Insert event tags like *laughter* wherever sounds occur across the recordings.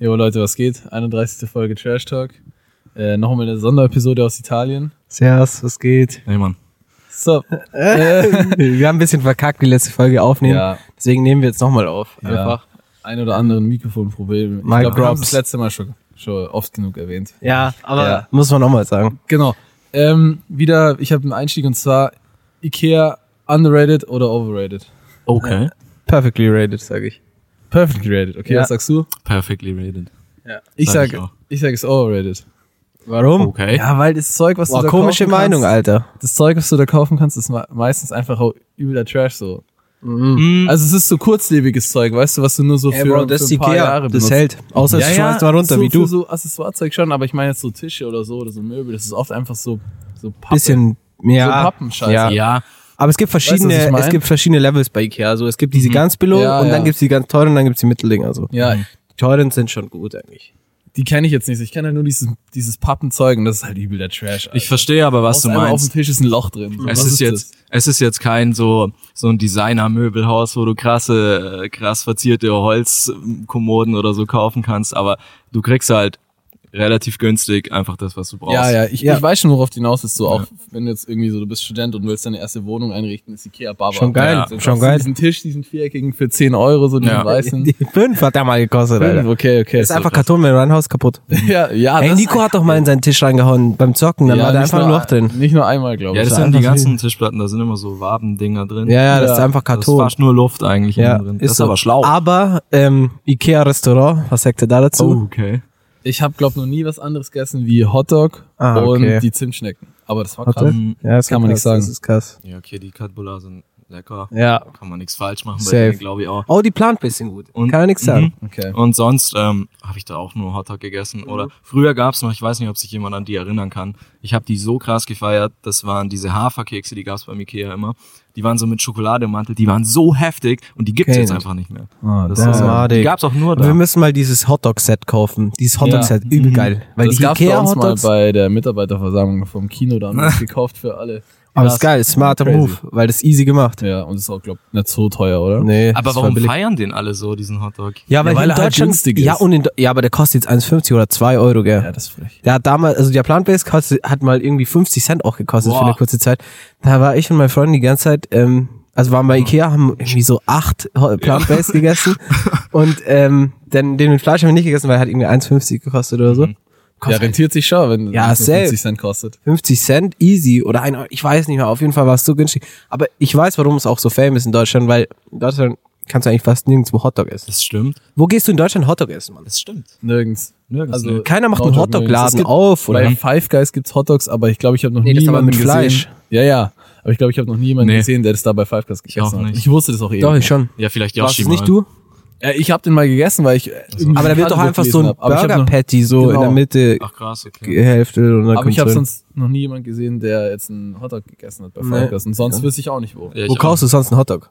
Jo Leute, was geht? 31. Folge Trash Talk. Äh, Nochmal eine Sonderepisode aus Italien. Servus, was geht? *laughs* Nee, Mann. *laughs* So, Äh? wir haben ein bisschen verkackt, die letzte Folge aufnehmen. Ja. Deswegen nehmen wir jetzt nochmal auf. Ja. Einfach. ein oder anderen Mikrofonproblem. Ich Mic glaube, wir haben es drops. das letzte Mal schon, schon oft genug erwähnt. Ja, aber Ja. muss man nochmal sagen. Genau. Ähm, wieder, ich habe einen Einstieg und zwar Ikea underrated oder overrated? Okay. Perfectly rated, sage ich. Perfectly rated. Okay, Ja. was sagst du? Perfectly rated. Ja. Ich Sag sage, ich ich, auch. sag, es ist overrated. Warum? Okay. Ja, weil das Zeug, was Oh, Boah, du da komische kaufen kannst, Meinung, Alter. das Zeug, was du da kaufen kannst, ist me- meistens einfach auch übler Trash so. Mhm. Also es ist so kurzlebiges Zeug, weißt du, was du nur so für, für ein paar Jahre Das benutzt. hält. Außer es schmeißt mal runter, so, wie du. Für so Accessoirezeug schon, aber ich meine jetzt so Tische oder so oder so Möbel, das ist oft einfach so so Pappe. bisschen mehr. So Pappenscheiße. Ja. Ja. Aber es gibt Weißt verschiedene, du, was ich mein? Mhm. es gibt verschiedene Levels bei Ikea. Also es gibt diese ganz below Ja, und dann ja. gibt's die ganz teuren und dann gibt's die Mitteldinger. So. Ja, Die teuren sind schon *laughs* gut eigentlich. die kenne ich jetzt nicht. Ich kenne halt nur dieses dieses Pappenzeug und das ist halt übel der Trash. Alter. Ich verstehe aber, was Haust du einmal Auf meinst. dem Tisch ist ein Loch drin. Es Was ist jetzt, es ist jetzt kein so, so ein Designer-Möbelhaus, wo du krasse, äh, krass verzierte Holzkommoden oder so kaufen kannst, aber du kriegst halt relativ günstig einfach das, was du das? brauchst. Ja, ja, ich, Ja. ich weiß schon, worauf du hinaus ist. So auch wenn du jetzt irgendwie so, du bist Student und willst deine erste Wohnung einrichten, ist Ikea Baba. Schon geil, ja. Dann schon kaufst du geil. Diesen Tisch, diesen viereckigen für 10 Euro, so diesen *laughs* Ja. weißen. Die fünf hat der mal gekostet, Fünf, Alter. okay, okay. Das ist einfach Karton, wenn du reinhaust, kaputt. *laughs* ja, ja, Ey, das- Nico hat doch mal in seinen Tisch reingehauen beim Zocken, dann ja, war der nicht einfach nur noch drin. Nicht nur einmal, glaube Ja, ich. das ist sind die einfach ganzen Tischplatten, da sind immer so Wabendinger drin. Ja, ja, das Ja. ist einfach Das Karton. war nur Luft eigentlich ja, innen drin. das ist so. aber schlau. Aber ähm, Ikea Restaurant, was sagt ihr da Oh, dazu? Oh, okay. Ich habe, glaube noch nie was anderes gegessen wie Hotdog Ah, okay. und die Zimtschnecken. Aber das war Hat er? krass. Ja, das Kann man nichts krass, Das sagen. ist krass. Ja, okay, die Katbullar sind lecker. Ja. Kann man nichts falsch machen Safe. bei denen, glaube ich auch. Oh, die plant bisschen gut. Und- Kann ja nichts sagen. Mhm. Okay. Und sonst ähm, habe ich da auch nur Hotdog gegessen. Oder früher gab's noch, ich weiß nicht, ob sich jemand an die erinnern kann. Ich habe die so krass gefeiert. Das waren diese Haferkekse, die gab's beim Ikea immer. Die waren so mit Schokolade im Mantel. Die waren so heftig und die gibt's Kennt. jetzt einfach nicht mehr. Ah, Das da- ist so, madig. die gab's auch nur Aber Wir da. müssen mal dieses Hotdog-Set kaufen. Dieses Hotdog-Set, übel geil. Weil Mhm. das die gab's bei Ikea uns mal Hotdogs. bei der Mitarbeiterversammlung vom Kino, da haben wir das *laughs* gekauft für alle. Aber das ist geil, smarter Crazy. Move, weil das easy gemacht. Ja, und das ist auch, glaube nicht so teuer, oder? Nee, das Aber ist warum voll billig. feiern den alle so, diesen Hotdog? Ja, Ja, weil weil, hier er in halt Deutschland günstig Ja, ist. und in, Do- ja, aber der kostet jetzt 1,50 oder 2 Euro, gell? Ja, das ist frech. Der hat damals, also der Plant-Based kostet, hat mal irgendwie 50 Cent auch gekostet für Boah. eine kurze Zeit. Da war ich und mein Freund die ganze Zeit, ähm, also waren bei Ikea, haben irgendwie so acht Ho- *laughs* Plant-Based gegessen und ähm, den, den mit Fleisch haben wir nicht gegessen, weil er hat irgendwie 1,50 gekostet oder so. Mhm. Ja, Kostet rentiert sich schon, wenn Ja, wenn es nur safe. 50 Cent kostet. 50 Cent, easy oder ein Euro, ich weiß nicht mehr, auf jeden Fall war es so günstig. Aber ich weiß, warum es auch so fame ist in Deutschland, weil in Deutschland kannst du eigentlich fast nirgendwo Hotdog essen. Das stimmt. Wo gehst du in Deutschland Hotdog essen, Mann? Das stimmt. Nirgends. Nirgends, Also, ne? Keiner macht einen Hotdog nirgends. Es Hotdog-Laden gibt- auf oder Bei Five Guys gibt's Hotdogs, aber ich glaube, ich habe noch Nee, das ist aber niemanden mit gesehen. Fleisch. Ja, ja, aber ich glaube, ich habe noch niemanden Nee. gesehen, der das da bei Five Guys gegessen auch hat. nicht. Ich wusste das auch eben. Doch, ich schon. Ja, vielleicht Warst Yoshi es mal. nicht du? Ja, ich habe den mal gegessen, weil ich äh, irgendwie Aber da wird die doch Karte einfach so durchgelesen ein hab. Aber ich hab noch- Burger-Patty so in der Genau. Mitte Ach krass, okay. Hälfte und dann Aber ich habe kommt's rein. sonst noch nie jemanden gesehen, der jetzt einen Hotdog gegessen hat bei Nee. Falkers. Und sonst wüsste ich auch nicht wo. Ja, Wo kaufst du sonst einen Hotdog?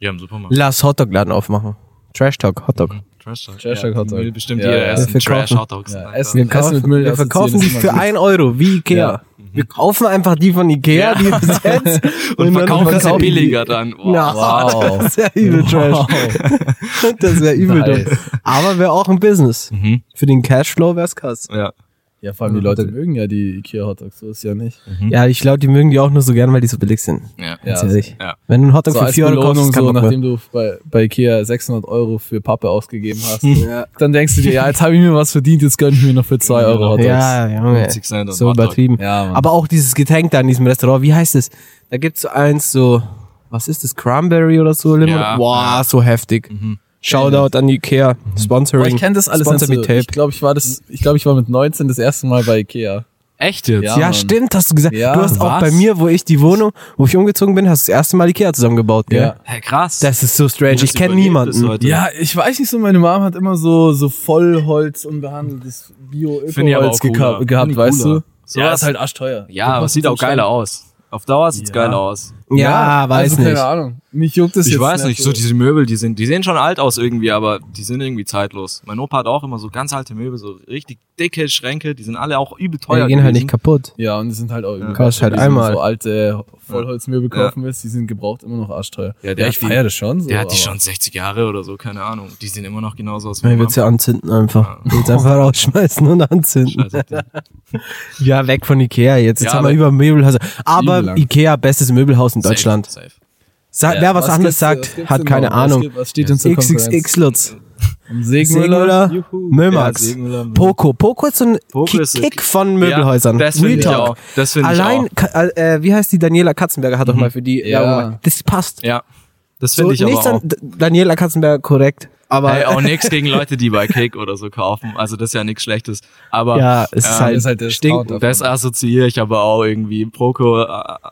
Ja, im Supermarkt. Lass Hotdog-Laden aufmachen. Trash Talk, Hotdog. Mhm. Trash Talk. Trash Talk Hotdog. Will bestimmt Ja, jeder ja. erst Wir einen Trash verkaufen. Hot Dogs. Ja, Alter. Essen- Essen mit Müll wir assoziieren verkaufen ist die immer für gut. 1 Euro, wie Ikea. Mhm. Ja. Wir kaufen einfach die von Ikea, die bis *laughs* jetzt. und dann verkaufen sie billiger dann. Wow. Na, Wow. Das wäre übel Trash. *laughs* Wow. Das wäre übel Nice. dumm. Aber wäre auch ein Business. Mhm. Für den Cashflow wär's krass. Ja. Ja, vor allem die Leute mögen ja die Ikea Hotdogs, so ist ja nicht. Ja, ich glaube, die mögen die auch nur so gern, weil die so billig sind. Ja. Mhm. Ja. Ganz ehrlich. ja. Wenn du einen Hotdog So für als 4 Euro kaufst, Belohnung, ist kein so Bock mehr. nachdem du bei, bei Ikea 600 Euro für Pappe ausgegeben hast, dann denkst du dir, ja, jetzt habe ich mir was verdient, jetzt gönn ich mir noch für 2 Euro Hotdogs. Ja, Junge. 50 Cent und So Hotdog. übertrieben. Ja, Mann. Aber auch dieses Getränk da in diesem Restaurant, wie heißt es? Da gibt's so eins so, was ist das? Cranberry oder so? Limon? Ja. Wow, so Mhm. heftig. Shoutout an Ikea. Sponsoring. Aber Mhm. ich kenne das alles nicht Sponsor so. mit Tape. Ich glaube, ich war das, ich glaube, ich war mit 19 das erste Mal bei Ikea. Echt jetzt? Ja. ja, Mann. stimmt, hast du gesagt. Ja, du hast auch was? bei mir, wo ich die Wohnung, wo ich umgezogen bin, hast du das erste Mal Ikea zusammengebaut, gell? Ja. Hä, krass. Das ist so strange. Ich kenne niemanden. Ja, ich weiß nicht so, meine Mom hat immer so, so Vollholz und behandeltes Finde ich aber Bio-Öko-Holz auch cooler. geka- gehabt, Finde ich weißt cooler. du? So was- halt arschteuer. Ja, aber es sieht auch geiler aus. Auf Dauer sieht's Ja. geiler aus. Ja, weiß also, nicht. keine Ahnung. Mich juckt es Ich jetzt weiß nicht, so diese Möbel, die sind, die sehen schon alt aus irgendwie, aber die sind irgendwie zeitlos. Mein Opa hat auch immer so ganz alte Möbel, so richtig dicke Schränke, die sind alle auch übel teuer. Die gehen halt nicht gewesen. kaputt. ja, und die sind halt auch übel. Kostet halt Wenn du einmal. So alte äh, Vollholzmöbel kaufen willst, die sind gebraucht immer noch arschteuer. Ja, der ich hat die- feier das schon. So, Der hat die aber- schon 60 Jahre oder so, keine Ahnung. Die sehen immer noch genauso aus wie Man wird's ja anzünden einfach. Jetzt einfach rausschmeißen und anzünden. Scheiße. Ja, weg von Ikea jetzt. Jetzt Ja, haben wir aber- über Möbelhaus. Aber Siebenlang. Ikea, bestes Möbelhaus in Deutschland. Safe, safe. Sa Ja, wer was, anderes gibt's- sagt, gibt's hat denn keine noch? Was, Ahnung. gibt- was steht denn zur XXX Konkurrenz? Lutz, Segenmüller, Segenmüller, Mömax, Poco. Poco ist so ein Poco ist- Kick von Möbelhäusern. Ja, das finde ich Retalk. auch. Das finde ich Allein, auch. Mhm. Ka- äh, wie heißt die Daniela Katzenberger hat doch mal für die Ja. Werbung gemacht. Das passt. Ja, das So, finde ich aber nichts auch. an D- Daniela Katzenberger korrekt. Aber Ey, auch nichts gegen Leute, die bei Cake oder so kaufen. Also das ist ja nichts Schlechtes. Aber ja, es ist ähm, halt, ist halt der stinkt. Scout. das assoziiere ich aber auch irgendwie. Proko äh,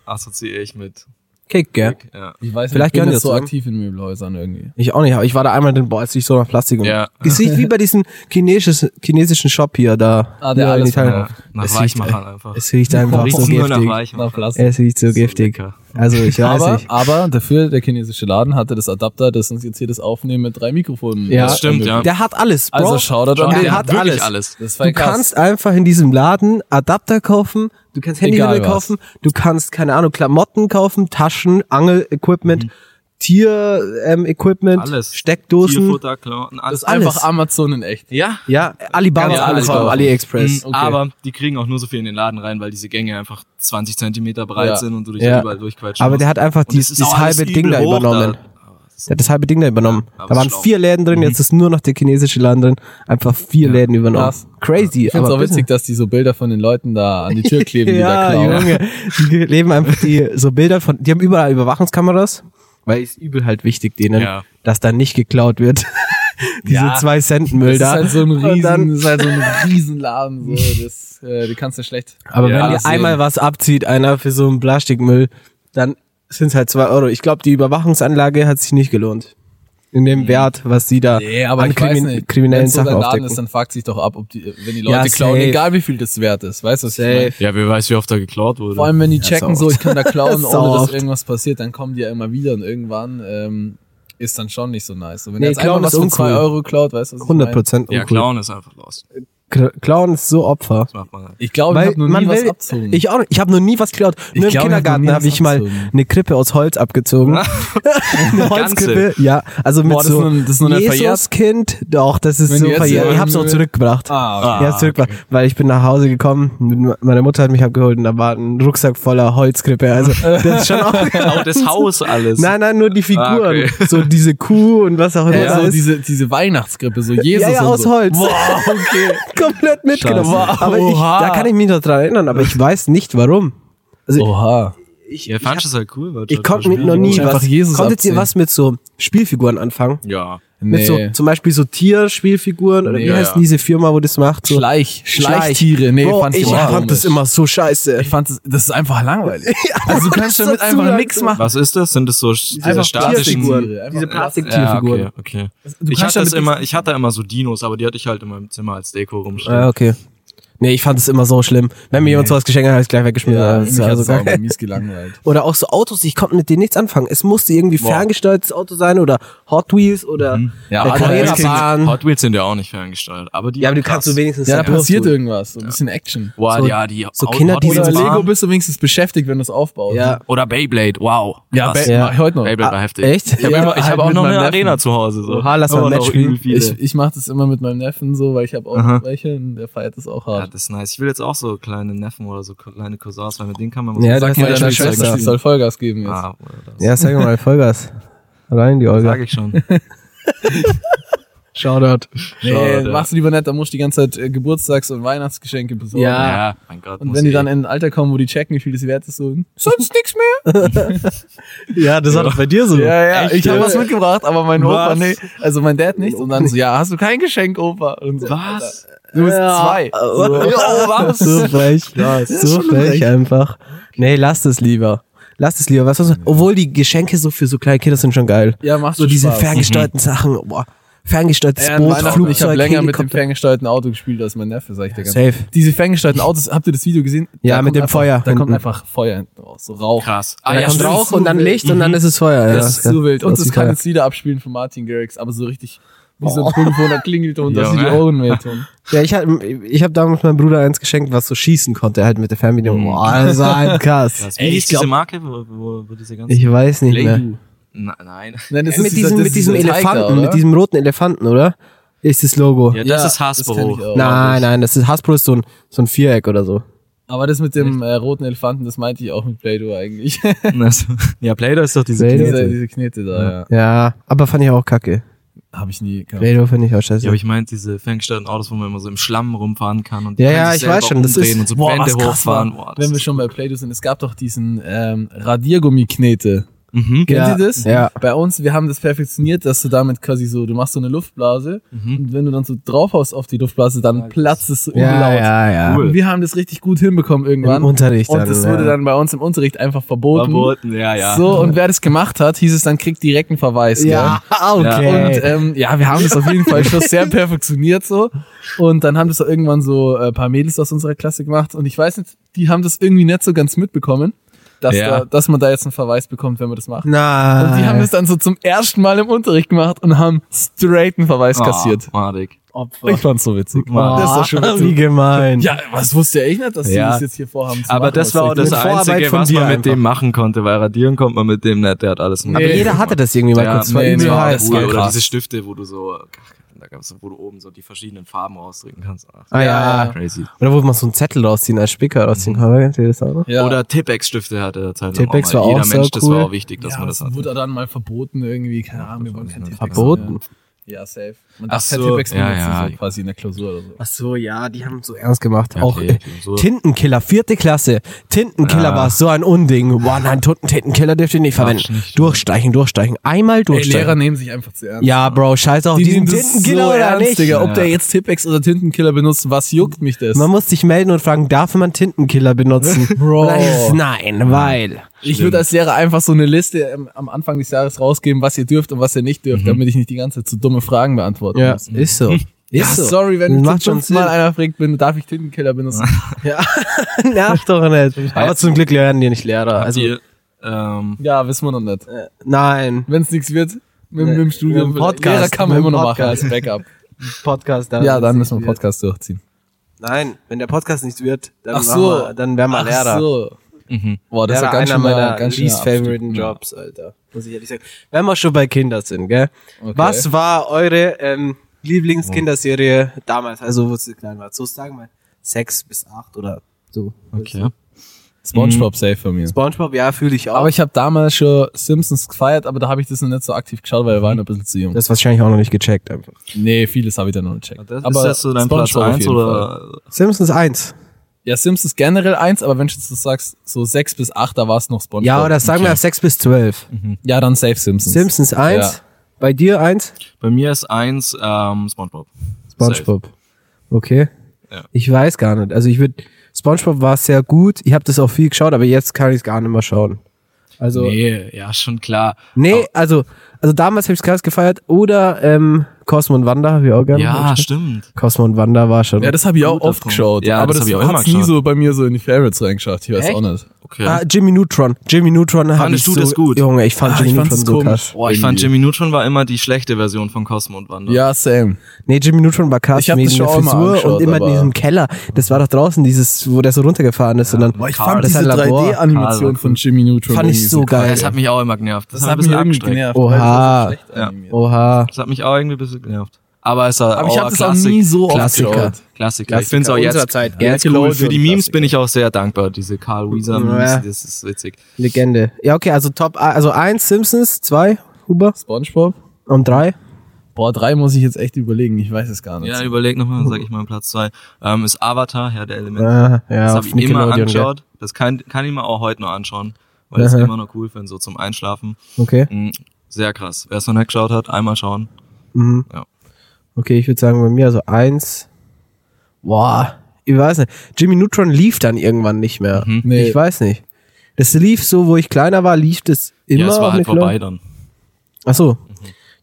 assoziiere ich mit. Kick, gell? Ja. Ich weiß Vielleicht nicht, ich gehören bin die jetzt so dazu. aktiv in Möbelhäusern irgendwie. Ich auch nicht, aber ich war da einmal drin, boah, es riecht so nach Plastik. und- Ja. Es riecht wie bei diesem chinesischen, chinesischen Shop hier da. Ah, der hier in alles Italien. Ja, Äh, nach Es riecht, äh, Weichmachern einfach. Es riecht einfach Riecht so nur nach giftig. Weichmachern. Nach Plastik. Es riecht so giftig. lecker. Also ich weiß Aber, nicht. aber dafür, der chinesische Laden hatte das Adapter, das uns jetzt hier das Aufnehmen mit drei Mikrofonen. Ja. Das stimmt, ja. Der hat alles, Bro. Also schau da doch Bro, mal. der Der hat alles. wirklich alles. Das war du krass. kannst einfach in diesem Laden Adapter kaufen, du kannst Handyhülle Egal was. kaufen, du kannst, keine Ahnung, Klamotten kaufen, Taschen, Angel-Equipment, Mhm. Tier-Equipment, Alles. Steckdosen. Tierfutter, Klamotten, das alles. ist alles. einfach Amazon in echt. Ja. Ja, Alibaba Kannst alles alles kaufen. AliExpress. Mhm. Okay. Aber die kriegen auch nur so viel in den Laden rein, weil diese Gänge einfach 20 Zentimeter breit Ja. sind und du dich Ja. überall durchquetschen Aber musst. der hat einfach Und es dieses, ist dieses auch alles halbe Ding übel da hoch übernommen. Aber es ist- Der hat das halbe Ding da übernommen. Ja, aber da waren schlau. Mhm. vier Läden drin, jetzt ist nur noch der chinesische Laden drin. Einfach vier Läden übernommen. Krass. Crazy. Ich find's auch witzig, bitte. dass die so Bilder von den Leuten da an die *laughs* Tür kleben, die da ja, klauen. Junge. Die leben einfach *laughs* die so Bilder von, die haben überall Überwachungskameras, weil ist übel halt wichtig denen, Ja. dass da nicht geklaut wird. *laughs* Diese Ja. zwei Cent Das Müll ist da. halt so ein Und riesen, dann- das ist halt so ein Riesenladen, *laughs* so, das, äh, die kannst du schlecht. aber Ja, wenn das dir einmal sehen. was abzieht, einer für so einen Plastikmüll, dann sind's halt zwei Euro. Ich glaube, die Überwachungsanlage hat sich nicht gelohnt. In Hm. dem Wert, was sie da an Krimi kriminellen wenn so Sachen dein Laden aufdecken. ist, dann fragt sich doch ab, ob die, wenn die Leute Ja, klauen, safe. egal wie viel das wert ist, weißt du, was ich meine? Safe. Ja, wer weiß, wie oft da geklaut wurde. Vor allem, wenn die so checken, so, oft. ich *laughs* kann da klauen, So ohne dass oft. irgendwas passiert, dann kommen die ja immer wieder und irgendwann ähm, ist dann schon nicht so nice. Und wenn Nee, nee, jetzt einmal klauen was ist von 2 uncool. Euro klaut, weißt du, was ich 100 meine? Prozent ja, klauen ist einfach lost. Clown ist so Opfer. Das macht man halt. Oh, Ich glaube, ich habe noch nie was abzogen. Ich auch nicht. Ich habe noch nie was geklaut. Ich Nur glaub, im ich hab noch Kindergarten nie habe was ich mal abgezogen. eine Krippe aus Holz *laughs* abgezogen. eine Holzkrippe. Ja, also mit Boah, das ist so nur- das ist nur eine Jesuskind. Doch, das ist Wenn so jetzt, verjährt. Ich ähm, habe es auch zurückgebracht. ah, Ich hab's zurückgebracht, weil ich bin nach Hause gekommen. Meine Mutter hat mich abgeholt und da war ein Rucksack voller *laughs* Holzkrippe. Also das ist schon auch. *laughs* Auch Genau das Haus alles. Nein, nein, nur die Figuren. Ah, okay. So diese Kuh und was auch immer. okay. da ja, so ist. diese, diese Weihnachtsgrippe, so Jesus ja, ja, und aus so. Holz. *laughs* Komplett mitgenommen. Scheiße. Aber ich, Oha. da kann ich mich noch dran erinnern, aber ich weiß nicht warum. Oha. Ich, Ja, ich, fand ich das halt cool. weil ich das konnte war mit noch schwierig. nie Einfach was. Jesus konntet abziehen. ihr was mit so Spielfiguren anfangen? Ja. Nee. Mit so, zum Beispiel so Tierspielfiguren oder wie Nee, heißt ja. diese Firma, wo das macht? So Schleich, Schleichtiere, nee, Bro, fand ich auch fand das komisch. immer so scheiße. Ich fand das, das ist einfach langweilig. also du kannst ist damit so einfach zu nichts lang. machen. Was ist das? Sind das so sch- diese Einfach statischen... Tierfiguren. Diese Einfach- Ja, Plastiktierfiguren. okay, okay. Du Ich kannst hatte, damit das immer, ich hatte immer so Dinos, aber die hatte ich halt in meinem Zimmer als Deko rumstehen. Ah, okay. Nee, ich fand es immer so schlimm. Wenn mir jemand sowas geschenkt hat, habe ich gleich weggeschmissen. Ja, Das mich war hat's so auch geil. immer mies gelangweilt. Oder auch so Autos, ich konnte mit denen nichts anfangen. Es musste irgendwie ferngesteuertes Auto sein oder Hot Wheels Ja, oder der aber das klingt- Carrera-Bahn. Hot Wheels sind ja auch nicht ferngesteuert, aber die Ja, aber du waren kannst krass. so wenigstens Ja, da selber passiert tun. irgendwas, so ein bisschen Action. Wow, so- ja, die so Hot- Kinder, Hot die Wheels Oder so- waren- Lego bist du wenigstens beschäftigt, wenn du es aufbaust. Ja. Oder Beyblade, wow. Ja, krass. Bey, Ja. mach ich heute noch. Ah, Beyblade war heftig. Echt? Ich habe Ja, immer- ich halt habe auch mit noch eine meinem Neffen. Arena zu Hause. So. Oha, lass mal Aber ein Match noch übel viele. Ich, ich mache das immer mit meinem Neffen so, weil ich habe auch welche und der feiert das auch Ja, hart. das ist nice. Ich will jetzt auch so kleine Neffen oder so kleine Cousins, weil mit denen kann man Ja, das so Sachen ist ja Weil deine schon spielen. Schwester, Schwester. die soll Vollgas geben jetzt. Ah, oder das. Ja, sag mal, Vollgas. Rein die Sag Olga. ich schon. Shoutout. nee, Schade. machst du lieber nicht, dann musst du die ganze Zeit äh, Geburtstags- und Weihnachtsgeschenke besorgen. Ja. Ja, mein Gott. Und muss wenn die ich- dann in ein Alter kommen, wo die checken, wie viel das wert ist, so, sonst nichts mehr. Ja, das war doch bei dir so. Ja, ja, Echt, ich habe ey? was mitgebracht, aber mein Opa, Was? nee, also mein Dad nicht. Und dann so, ja, hast du kein Geschenk, Opa? Und so, Alter, Was? oh, Du bist zwei. was? *laughs* So frech. so frech einfach. Nee, lass das lieber. Lass das lieber. Was, was, obwohl die Geschenke so für so kleine Kinder sind schon geil. Ja, macht so schon diese Spaß. ferngesteuerten Sachen. Boah. ferngesteuertes Mhm. Ja, an Boot, Weihnachten, ich habe Flugzeug, länger mit dem Helikopter. ferngesteuerten Auto gespielt als mein Neffe, sag ich dir ganz Safe. Diese ferngesteuerten Autos, habt ihr das Video gesehen? Ja, Da mit kommt dem einfach, Feuer Da kommt hinten. einfach Feuer hinten raus, so Rauch. Krass. Ah, Da kommt stimmt. Rauch und dann Licht und dann ist es Feuer. ja. Mhm. Das ist so wild. Und Das es ist kann Feuer. jetzt Lieder abspielen von Martin Garrix, aber so richtig wie so ein Polyphon, da klingelt und dass sie die Junge. Ohren wehtun. Ja, ich hab, ich hab damals meinem Bruder eins geschenkt, was so schießen konnte, halt mit der Mhm. Fernbedienung. Boah, das war *laughs* halt krass. Krass. Wie hieß diese glaub- Marke, wo, wo, wo diese ganze... ich weiß nicht mehr. Play- Na, nein. Nein, das Mit ist dieser- diesem, das mit ist diesem dieser Elefanten, Tiger, oder? mit diesem roten Elefanten, oder? Ist das Logo. Ja, das Ja, ist das kenn Hasbro. ich auch. nein, nein, das ist Hasbro ist so ein, so ein Viereck oder so. Aber das mit dem äh, roten Elefanten, das meinte ich auch mit Play-Doh eigentlich. Also, *laughs* ja, Playdoh ist doch diese... Play-Doh. diese, diese Knete da, ja. Ja, aber fand ich auch kacke. Habe ich nie gehabt. Play-Doh finde ich auch scheiße. Ja, aber ich meinte diese ferngesteuerten Autos, wo man immer so im Schlamm rumfahren kann und die Ja, können ja, sich ich selber weiß schon, das umdrehen ist- und so Boah, Wände was krass war, hochfahren. Boah, das wenn wir ist- schon bei Play-Doh sind. Es gab doch diesen ähm, Radiergummi-Knete. Mhm. Kennt Ja, ihr das? ja. Bei uns, wir haben das perfektioniert, dass du damit quasi so, du machst so eine Luftblase Mhm. und wenn du dann so draufhaust auf die Luftblase, dann platzt es so übel ja, laut. ja, ja. Cool. Und wir haben das richtig gut hinbekommen irgendwann. Im Unterricht Und dann, das ja. wurde dann bei uns im Unterricht einfach verboten. Verboten, ja, Ah, ja. So, und wer das gemacht hat, hieß es dann, kriegt direkt einen Verweis. Ja, okay. äh, Und ähm, ja, wir haben das auf jeden Fall schon sehr perfektioniert so. Und dann haben das auch irgendwann so äh, paar Mädels aus unserer Klasse gemacht. Und ich weiß nicht, die haben das irgendwie nicht so ganz mitbekommen, dass, Ja. Ah. da, dass man da jetzt einen Verweis bekommt, wenn man das macht. Nein. Und die haben das dann so zum ersten Mal im Unterricht gemacht und haben straight einen Verweis kassiert. Oh, madig. Opfer. Ah. Ich fand's so witzig. Boah. Das ist doch schon Wie witzig. gemein. Ja, was wusste ich nicht, dass die Ah. Ja. das jetzt hier vorhaben zu Aber machen, das war auch was das richtig- Mit Vorarbeit Einzige, von was dir man mit einfach. dem machen konnte, weil radieren konnte man mit dem nicht, der hat alles Aber Aber Nee. jeder hatte das irgendwie mal ja, kurz. Ah, Das war nee, übel nee, heiß. das cool. war Oder krass. diese Stifte, wo du so, da gab's, wo du oben so die verschiedenen Farben rausdrücken kannst. Ach, Ah, ja. Ja. Crazy. Oder wo man so einen Zettel rausziehen, als Spicker rausziehen kann. Kennt ihr das auch noch? Ja. Oder Tippex-Stifte hatte der Zeit lang Tippex mal. war Jeder auch Mensch, sehr das war cool. auch wichtig, dass ja, man das das hatte. wurde dann mal verboten irgendwie, keine Ahnung, wir wollen kein T-Pex. Verboten? Ja, Ja, safe. Man Ach darf kein so, T-Pex ja, benutzen, ja. so quasi in der Klausur oder so. Ach so, ja, die haben so ernst gemacht. Ja, auch okay, äh, so. Tintenkiller, vierte Klasse. Tintenkiller Ja. war so ein Unding. Boah, nein, Tint- Tintenkiller dürft ihr nicht verwenden. Darfst nicht. durchstreichen, durchstreichen. Einmal Ey, Lehrer durchstreichen. nehmen sich einfach zu ernst. ja, Bro, scheiß auf die diesen nehmen das Tintenkiller so oder ernst, nicht. Digga. Ob der jetzt Tippex oder Tintenkiller benutzt, was juckt mich das? Man muss sich melden und fragen, darf man Tintenkiller benutzen? *laughs* Bro. Und dann ist es Nein, weil. ich würde als Lehrer einfach so eine Liste ähm, am Anfang des Jahres rausgeben, was ihr dürft und was ihr nicht dürft, damit ich nicht die ganze Zeit so dumme Fragen beantworten Ja, muss. ist so. Ist *laughs* Ja, so. *laughs* sorry, wenn mich macht zum schon fünften Mal Sinn. einer fragt, bin, darf ich Tintenkiller benutzen? Nerv doch *laughs* nicht. Aber zum Glück lernen die nicht Lehrer. Also, Also, äh, die, ähm, ja, wissen wir noch nicht. nein. Wenn es nichts wird, mit, mit dem Studium. mit dem Podcast, Lehrer kann man mit dem immer noch machen Podcast. als Backup. Podcast dann. Ja, dann müssen wir Podcast durchziehen. Nein, wenn der Podcast nichts wird, dann, Ach so. machen wir, dann wären wir Lehrer. Ach so. mhm. Boah, das Das ist ist ja ganz einer schön meiner ganz least schöner favoriten Jobs, Alter. Muss ich ehrlich sagen. Wenn wir schon bei Kindern sind, gell? Okay. Was war eure ähm, Lieblingskinderserie damals, also wo sie klein war? So sagen wir sechs bis acht oder so. okay. Abschnitt. SpongeBob safe von mir. SpongeBob, ja, fühle ich auch. Mhm. Aber ich habe damals schon Simpsons gefeiert, aber da habe ich das noch nicht so aktiv geschaut, weil wir waren ein bisschen zu jung. das ist wahrscheinlich auch noch nicht gecheckt. Einfach. nee, vieles habe ich da noch nicht gecheckt. Das, aber ist das so dein Platz SpongeBob auf 1 jeden Fall. oder? Simpsons 1. Ja, Simpsons generell eins, aber wenn du jetzt das sagst, so sechs bis acht, da war es noch SpongeBob. Ja, oder sagen wir ab sechs bis zwölf. Ja, dann safe Simpsons. Simpsons 1. Ja. Bei dir 1. Bei mir ist eins ähm, SpongeBob. SpongeBob. Okay. Ja. Ich weiß gar nicht. Also ich würde SpongeBob war sehr gut. Ich habe das auch viel geschaut, aber jetzt kann ich es gar nicht mehr schauen. Also nee, Nee, ja, schon klar. also also damals habe ich es krass gefeiert oder ähm, Cosmo und Wanda habe ich auch gerne. Ja, geschaut. stimmt. Cosmo und Wanda war schon. Ja, das habe ich auch Guter oft Punkt. geschaut. Ja, aber das, das hab ich auch hat's immer nie geschaut. so bei mir so in die Favorites reingeschafft. Ich weiß Echt? auch nicht. Okay. ah, Jimmy Neutron. Jimmy Neutron habe ich Fandest so, du das gut? Junge, ich fand Ah, Jimmy ich fand's Neutron so komisch. krass. Boah, ich fand Jimmy Neutron war immer die schlechte Version von Cosmo und Wanda. Ja, same. Nee, Jimmy Neutron war krass Ich hab wegen das schon der auch mal Frisur angeschaut, und immer in aber- diesem Keller. Das war doch draußen dieses, wo der so runtergefahren ist und dann Boah, ich Karl, fand das diese ist ein Labor. 3D-Animation von Jimmy Neutron. Fand ich irgendwie so geil. Das hat mich auch immer genervt. Das hat mich irgendwie genervt. Oha. weil das war so schlecht Ja. animiert. Oha. Das hat mich auch irgendwie ein bisschen genervt. Aber es war Aber ich auch hab ein das auch Klassik- nie so oft Klassiker. geschaut. Klassiker. Ich Klassiker finde es auch unserer jetzt, Zeit. jetzt cool. Nickelodeon Für die Memes Klassiker. bin ich auch sehr dankbar. Diese Carl Weezer Memes, Ja. das ist witzig. Legende. Ja, okay, also Top, also eins Simpsons, zwei Huber SpongeBob? und drei. Boah, drei muss ich jetzt echt überlegen. Ich weiß es gar nicht. Ja, überleg nochmal, dann sag ich mal Platz zwei. Ähm, ist Avatar, Herr der Elemente. Ah, ja, das auf habe ich immer Nickelodeon, gell? angeschaut. Das kann, kann ich mir auch heute noch anschauen, weil ich es Aha. immer noch cool finde, so zum Einschlafen. Okay. Mhm, Sehr krass. Wer es noch nicht geschaut hat, einmal schauen. Mhm. Ja. Okay, ich würde sagen, bei mir also eins. Boah, ich weiß nicht. Jimmy Neutron lief dann irgendwann nicht mehr. Mhm. Nee. Ich weiß nicht. Das lief so, wo ich kleiner war, lief das immer. ja, es war auf halt Mhm. Nickelodeon. vorbei dann. Ach so.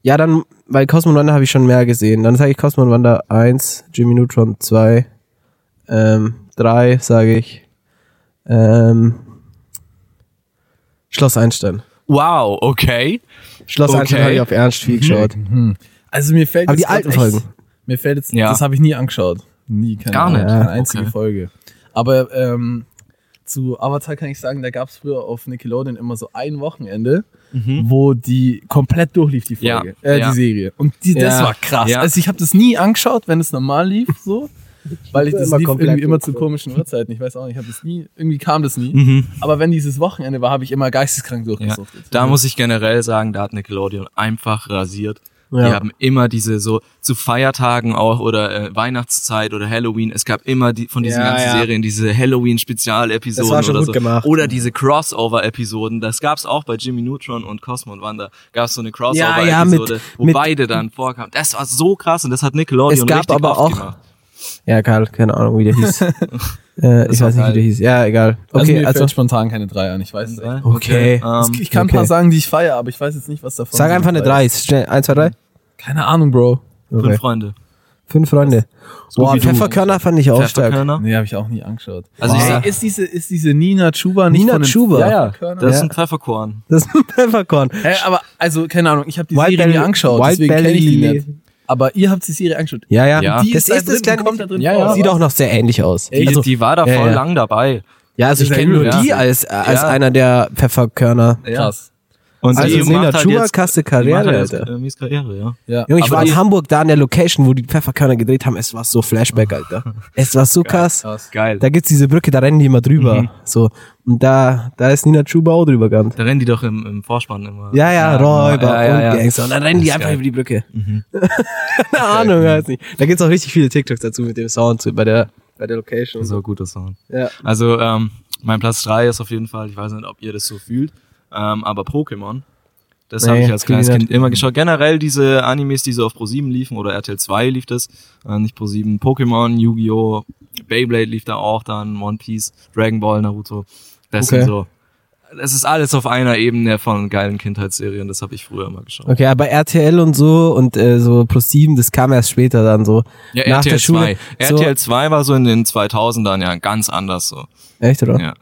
Ja, dann, weil Cosmo und Wanda habe ich schon mehr gesehen. Dann sage ich Cosmo und Wanda 1, Jimmy Neutron 2, ähm, 3 sage ich, ähm, Schloss Einstein. Wow, okay. Schloss Okay. Mhm. Einstein habe ich auf Ernst viel geschaut. Also mir fällt Aber jetzt die alten grad echt- Folgen. Mir fällt jetzt, Ja. das habe ich nie angeschaut. Nie, keine Gar Ahnung, nicht. Keine Ja, einzige okay. Folge. Aber ähm, zu Avatar kann ich sagen, da gab es früher auf Nickelodeon immer so ein Wochenende, wo die komplett durchlief, die Mhm. Ja, Folge, äh, ja. die Serie. Und die, das Ja, war krass. ja. Also ich habe das nie angeschaut, wenn es normal lief, *laughs* so. Weil ich war das immer lief komplett irgendwie immer zu durch. komischen Uhrzeiten. Ich weiß auch nicht, ich habe das nie, irgendwie kam das nie. Mhm. Aber wenn dieses Wochenende war, habe ich immer geisteskrank Also Ja. durchgesucht. Da muss ich generell sagen, da hat Nickelodeon einfach rasiert. Die Ja. haben immer diese so zu Feiertagen auch oder äh, Weihnachtszeit oder Halloween. Es gab immer die, von diesen Ja, ganzen ja. Serien diese Halloween-Spezialepisoden Das war schon oder gut so. gemacht. Oder diese Crossover-Episoden. Das gab's auch bei Jimmy Neutron und Cosmo und Wanda. Gab's so eine Crossover-Episode, Ja, ja, mit- wo mit- beide dann vorkamen. Das war so krass und das hat Nickelodeon Es gab richtig aber oft auch- gemacht. Ja, Karl, keine Ahnung, wie der *laughs* hieß. äh, ich war weiß nicht, wie geil. der hieß. Ja, egal. okay, also Okay, mir also, fällt spontan keine drei an, ich weiß es echt. okay. Ähm, ich kann ein okay. paar sagen, die ich feiere, aber ich weiß jetzt nicht, was davon Sag so einfach eine dabei 3. Schnell, 1, 2, 3. ist. Keine Ahnung, Bro. fünf Okay. Freunde. Fünf Freunde. Boah, Scooby-Doo. Pfefferkörner fand ich auch stark. Pfefferkörner. Nee, habe ich auch nie angeschaut. Also Also ich wow. sag- ist diese ist diese Nina Chuba nicht Nina von den Chuba? Ja, ja. Das ist Ja. ein Pfefferkorn. Das ist ein Pfefferkorn. Hä, aber also keine Ahnung, ich habe die White Serie nie Belly- angeschaut, White deswegen kenne ich die Belly- nicht. Aber ihr habt die Serie angeschaut. Ja, ja. Ja. Das Die ist da das, drin, kleine die kommt da drin ja, vor, ja. oder? Sieht auch noch sehr ähnlich aus. Die, also, die war da voll ja, ja. lang dabei. ja, also ich Sehr kenne nur gut, die ja. als, als Ja. einer der Pfefferkörner. Krass. Und Also die Nina macht halt Chuba, jetzt- krasse die macht Karriere, halt jetzt, Alter. äh, mies Karriere, ja. Ja. Junge, ich Aber war in die- Hamburg da in der Location, wo die Pfefferkörner gedreht haben. Es war so Flashback, Alter. Es war so krass. krass. Geil. Da gibt's diese Brücke, da rennen die immer drüber. Mhm. So. Und da, da ist Nina Chuba auch drüber gerannt. Da rennen die doch im, im Vorspann immer. Ja, ja, Räuber ja, ja, ja. und Gangster. Und dann rennen die Das ist einfach geil. Mhm. über die Brücke. *laughs* Keine Ahnung, weiß nicht. Da gibt's auch richtig viele TikToks dazu mit dem Sound zu, bei der, bei der Location. und Das ist So. auch ein guter Sound. Ja. Also, ähm, mein Platz 3 ist auf jeden Fall, ich weiß nicht, ob ihr das so fühlt, ähm, aber Pokémon. Das habe Nee, ich als fühl ich kleines Kind nicht. immer geschaut. Generell diese Animes, die so auf ProSieben liefen oder RTL 2 lief das, äh, nicht ProSieben, Pokémon, Yu-Gi-Oh!, Beyblade lief da auch dann, One Piece, Dragon Ball, Naruto. Das Okay. sind so. Das ist alles auf einer Ebene von geilen Kindheitsserien, das habe ich früher immer geschaut. Okay, aber RTL und so und äh, so plus sieben, das kam erst später dann so. Ja, nach RTL der Schule. 2. So, RTL 2 war so in den 2000ern ja ganz anders so. Echt, oder? Ja.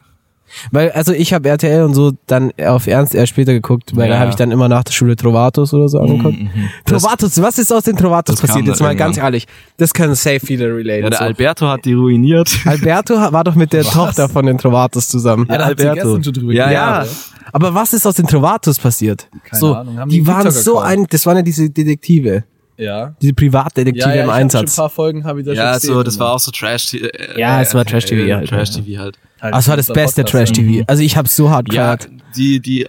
Weil, also ich habe RTL und so dann auf Ernst erst später geguckt, weil Ja. Mhm, da habe ich dann immer nach der Schule Trovatos oder so angeguckt. Das- Trovatos, was ist aus den Trovatos Das kam passiert? dann Jetzt mal ganz irgendwann. ehrlich. Das können safe viele relate. Ja, der so. Alberto hat die ruiniert. *laughs* Alberto ha- war doch mit der Tochter von den Trovatos zusammen. Ja, da habt ihr Alberto. gestern schon drüber Ja, geredet, Ja. oder? Aber was ist aus den Trovatos passiert? Keine so, Ahnung, haben die, die waren Güter so gekauft? ein, das waren ja diese Detektive, Ja. diese Privatdetektive Ja, ja, im ich hab schon ein Einsatz. paar Folgen habe ich da schon Ja, so, gesehen, das Mann. war auch so Trash. Äh, Ja, es war RTL, Trash-TV halt, Trash-TV halt. Halt, Also war das unser beste Podcast, ja. Trash-TV. Also ich habe so hart Ja, gehört. die, die äh,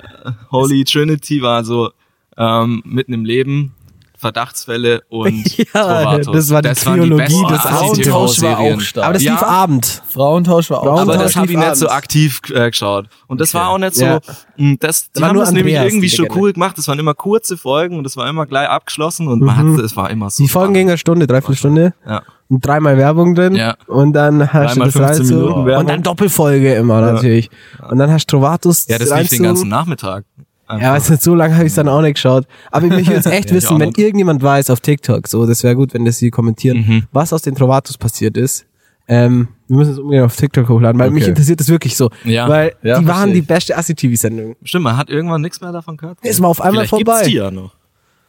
Holy Trinity war so ähm, mitten im Leben, Verdachtsfälle *laughs* und Ja, Trovatos. das war die waren Trilogie besten des Frauentausch war auch ATV-Serien. stark. Aber das Ja. lief Abend. Frauentausch war auch. Aber Frauentausch das habe ich lief nicht so abends. aktiv äh, geschaut. Und das war auch nicht so, Ja. mh, das, die war haben nur das nämlich Andreas, irgendwie die schon Legende. cool gemacht. Das waren immer kurze Folgen und das war immer gleich abgeschlossen und man hatte, es war immer so. Mhm. Die Folgen gingen spannend. eine Stunde, dreiviertel Stunde. Ja. Und dreimal Werbung drin. Ja. Und dann hast Dreimal du das 15 reinzogen. Minuten Und Werbung. dann Doppelfolge immer natürlich. Und dann hast du Trovatus ja, das lief den reinzogen. ganzen Nachmittag. Ähm, Ja, Einfach. weißt du, so lange habe ich dann auch nicht geschaut. Aber ich möchte jetzt echt *laughs* Ja, ich wissen, auch wenn nicht. irgendjemand weiß auf TikTok, so, das wäre gut, wenn das sie kommentieren, Mhm. was aus den Trovatos passiert ist. Ähm, wir müssen es umgehen auf TikTok hochladen, weil mich Okay. interessiert das wirklich so. Ja. Weil Ja, die verstehe waren die ich. beste Assi-TV-Sendung. Stimmt, man hat irgendwann nichts mehr davon gehört. Ist mal auf einmal Vielleicht Gibt's die vorbei. ja noch.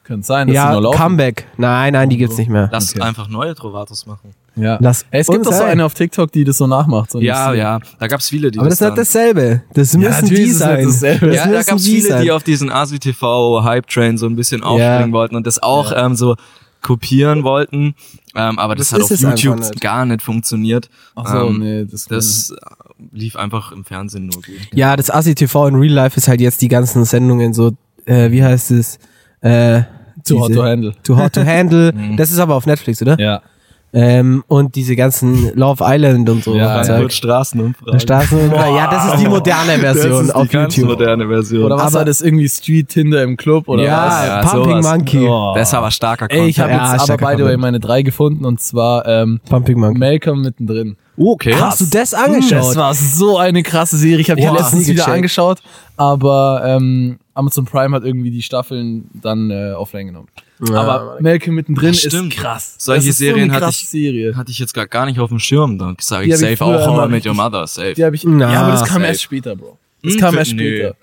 Könnte sein, dass sie Ja, nur laufen. Comeback. Nein, nein, die gibt's nicht mehr. Also, Lass Okay. einfach neue Trovatos machen. Ja. Lass Hey, es gibt uns doch so sein. eine auf TikTok, die das so nachmacht. So Ja, ein- ja, da gab's viele, die Aber das ist nicht dann- dasselbe. Das müssen natürlich die ist es sein. nicht dasselbe. Das ja, da müssen gab's die viele, sein. die auf diesen ASI-TV-Hype-Train so ein bisschen aufspringen wollten und das auch ähm, so kopieren wollten. Ähm, aber das, Das hat ist auf es YouTube einfach nicht. gar nicht funktioniert. Ach so, ähm, nee, das, Das äh, lief einfach im Fernsehen nur gut. Ja, das Assi-TV in Real Life ist halt jetzt die ganzen Sendungen so, äh, wie heißt es? Äh, Too hot diese- to handle. Too Hot *laughs* to Handle. Mhm. das ist aber auf Netflix, oder? Ja. Ähm, und diese ganzen Love Island und so. Ja, Zeug. ja. Frankfurt Straßenumfrage. Straßenumfrage. Ja, das ist die moderne Version das ist auf die ganz YouTube. moderne Version. Oder was Aber- war das irgendwie Street Tinder im Club oder Ja, was? Ja, Pumping sowas. Oh. Monkey. das ist aber starker Ey, ich habe Ja, jetzt aber starker by the way Content. meine drei gefunden und zwar ähm, Pumping Monkey. Malcolm mittendrin. Oh, Okay. Hast du das angeschaut? hm, Das war so eine krasse Serie. Ich habe die Boah, letztens nie wieder gecheckt. angeschaut, aber ähm, Amazon Prime hat irgendwie die Staffeln dann äh, offline genommen. aber Malcolm mittendrin Ja, ist stimmt. krass. Solche das ist Serien so eine hatte krasse ich- Serie. Hatte ich jetzt gar, gar nicht auf dem Schirm. Dann sage Die ich hab ich safe früher auch How I immer Met Your richtig- Mother. Safe. Die habe ich. Na, ja, aber das kam safe. erst später, Bro. Das Hm, kam für- erst nö. später.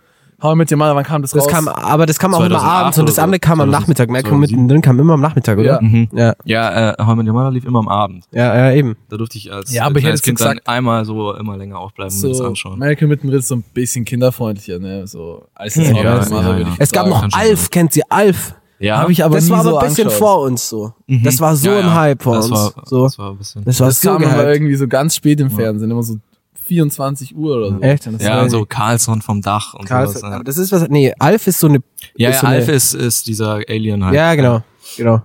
How I Met Your Mother, wann kam das, Das raus? kam, aber das kam auch immer 2008 abends und das oder so. andere kam am 2000, Nachmittag. Malcolm 2007. mittendrin kam immer am Nachmittag, oder? Ja. Mhm. Ja, Ja, äh, How I Met Your Mother lief immer am Abend. ja, ja, eben. Da durfte ich als Ja, äh, aber ich kleines hätte Kind jetzt dann gesagt- einmal so immer länger aufbleiben und das so, anschauen. Malcolm mittendrin ist so ein bisschen kinderfreundlicher, ne? So, als das Ja, How I Met Your ja, Mother, ja. würde ich Es gab sagen. noch kann schon Alf, sein. kennt ihr Alf? Ja, Hab ich aber das nie war so aber ein bisschen angeschaut. vor uns so. Mhm. Das war so Ja, ja. im Hype vor das uns. War, so. Das war ein bisschen. Das war Das so kam aber gehypt. irgendwie so ganz spät im Fernsehen, immer so 24 Uhr oder so. Echt? Kann das ja, sein? so Carlson vom Dach und Karl- sowas. aber das ist was, nee, Alf ist so eine, Ja, ja, ist so Alf eine, ist, ist dieser Alien halt. ja, genau, genau.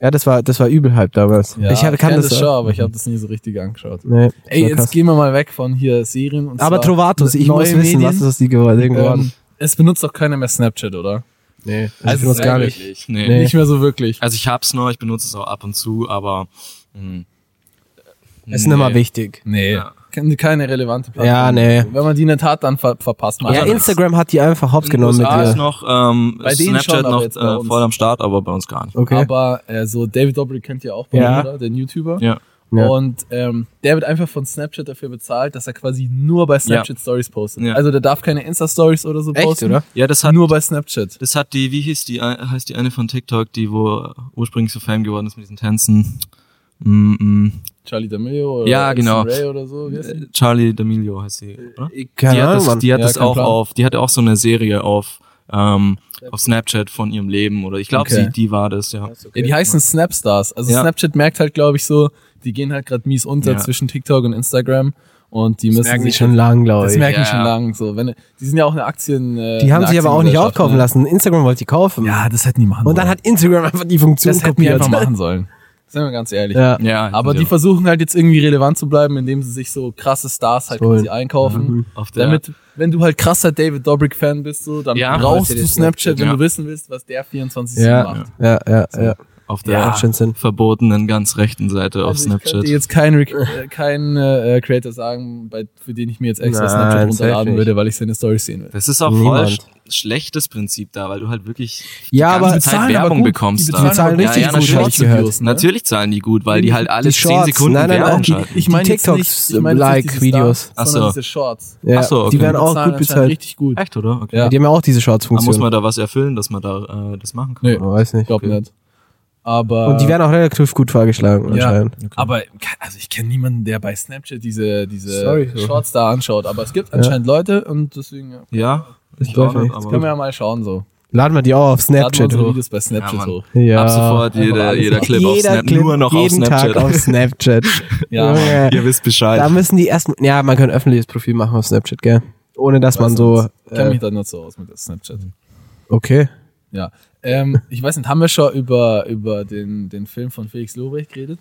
Ja, das war, das war übel Hype damals. Ja, ich hatte, kann das, schon, auch. aber ich habe das nie so richtig angeschaut. Nee, Ey, war jetzt krass. gehen wir mal weg von hier Serien und Aber zwar Trovatos, ich neue muss wissen, Medien. was ist aus die geworden? ähm, Ähm, es benutzt doch keiner mehr Snapchat, oder? nee, also ich benutze gar nicht. Nee. Nee. Nicht mehr so wirklich. Also ich hab's noch, ich benutze es auch ab und zu, aber hm. mh, Ist nicht mal wichtig. Nee. Ja. Keine keine relevante Plattform. Ja, nee. Wenn man die in der Tat dann ver verpasst, man Ja, alles. Instagram hat die einfach hops In den genommen mit USA ist dir. noch ähm, Bei denen schon, Snapchat aber noch jetzt bei äh, uns. voll am Start, aber bei uns gar nicht. Okay. Aber äh, so David Dobrik kennt ihr auch bei Ja. uns, oder? Den YouTuber. Ja. Ja. Und ähm, der wird einfach von Snapchat dafür bezahlt, dass er quasi nur bei Snapchat Stories postet. Ja. Also der darf keine Insta-Stories oder so Echt, posten. oder? Ja, das hat Nur bei Snapchat. das hat die, wie hieß die, ein- heißt die eine von TikTok, die wo ursprünglich so Fame geworden ist mit diesen Tänzen. Mm -mm. Charlie D'Amelio oder Ja, genau. Addison Rae oder so. Wie heißt die? Äh, Charlie D'Amelio heißt sie, oder? Keine die hat Ahnung, das, Mann. die hat Äh, Ja, das kein auch Plan. auf, die hatte auch so eine Serie auf, ähm, auf Snapchat von ihrem Leben oder ich glaube Okay. sie, die war das, ja. Ja, die heißen Snapstars. Also Ja. Snapchat merkt halt, glaube ich, so, die gehen halt gerade mies unter Ja. zwischen TikTok und Instagram und die müssen merken die sich halt- schon lang, glaube das ich. merken die Ja, schon ja. lang so, wenn die sind ja auch eine Aktien äh, Die haben eine sich aber auch nicht Aktiengesellschaft, aufkaufen ne? lassen. Instagram wollte die kaufen. Ja, das hätten die machen Und dann sollen. hat Instagram einfach die Funktion das hätten die kopiert. einfach machen sollen. Sind wir ganz ehrlich. *laughs* Ja. Ja, Aber die sind ja versuchen halt jetzt irgendwie relevant zu bleiben, indem sie sich so krasse Stars halt Voll. Mhm. quasi einkaufen. auf der, Damit, wenn du halt krasser David Dobrik-Fan bist, so, dann Ja. brauchst du Ja. Snapchat, wenn Ja. du wissen willst, was der 24 Ja, macht. Also ja, ja, ja. auf der Ja, schon Sinn. verbotenen ganz rechten Seite auf Also Ich Snapchat. könnte jetzt keinen Rec- äh, keinen, äh, Creator sagen, bei, für den ich mir jetzt extra Nein, Snapchat safe runterladen nicht. würde, weil ich seine Stories sehen will. Das ist auch Niemand. voll sch- schlechtes Prinzip da, weil du halt wirklich Ja, die ganze aber Zeit bezahlen aber Werbung gut. bekommst. Die da. bezahlen ja, richtig ja, gut, hab ich natürlich, gehört. Videos, ne? natürlich zahlen die gut, weil die halt alle Die 10 Shorts, Sekunden nein, nein, Werbung auch die- schalten. Ich meine Die jetzt nicht- TikToks, ich meine jetzt nicht diese Like-Videos. Stars, Ach sondern so. diese Shorts. ja. Ach so, okay. Die werden auch gut bezahlt. richtig gut. Echt, oder? Okay. Ja. Die haben ja auch diese Da muss man Shorts-Funktion. da was erfüllen, dass man da äh, das machen kann. Nö, Ich weiß ich nicht. glaube nicht. Aber Und die werden auch relativ gut vorgeschlagen ja, anscheinend. aber ke- also ich kenne niemanden, der bei Snapchat diese diese Sorry. Shorts da anschaut, aber es gibt anscheinend Leute und deswegen ja. Ja, ich glaub auch nicht, nicht. aber können wir ja mal schauen so. Laden wir die auch auf Laden wir Snapchat unsere hoch. Videos bei Snapchat Ja, Mann. hoch. Ja. ab sofort jeder, alles jeder machen. Clip auf Snap, Clip nur noch auf jeden Snapchat. Tag auf *laughs* Snapchat. Ja, Mann. Junge. Ihr wisst Bescheid. Da müssen die erstmal, ja, man kann ein öffentliches Profil machen auf Snapchat, gell? Ohne dass man Weiß so, nicht. Ich kenne äh, mich da nicht so aus mit Snapchat. okay. Ja. Ähm, ich weiß nicht, haben wir schon über, über den, den Film von Felix Lobrecht geredet?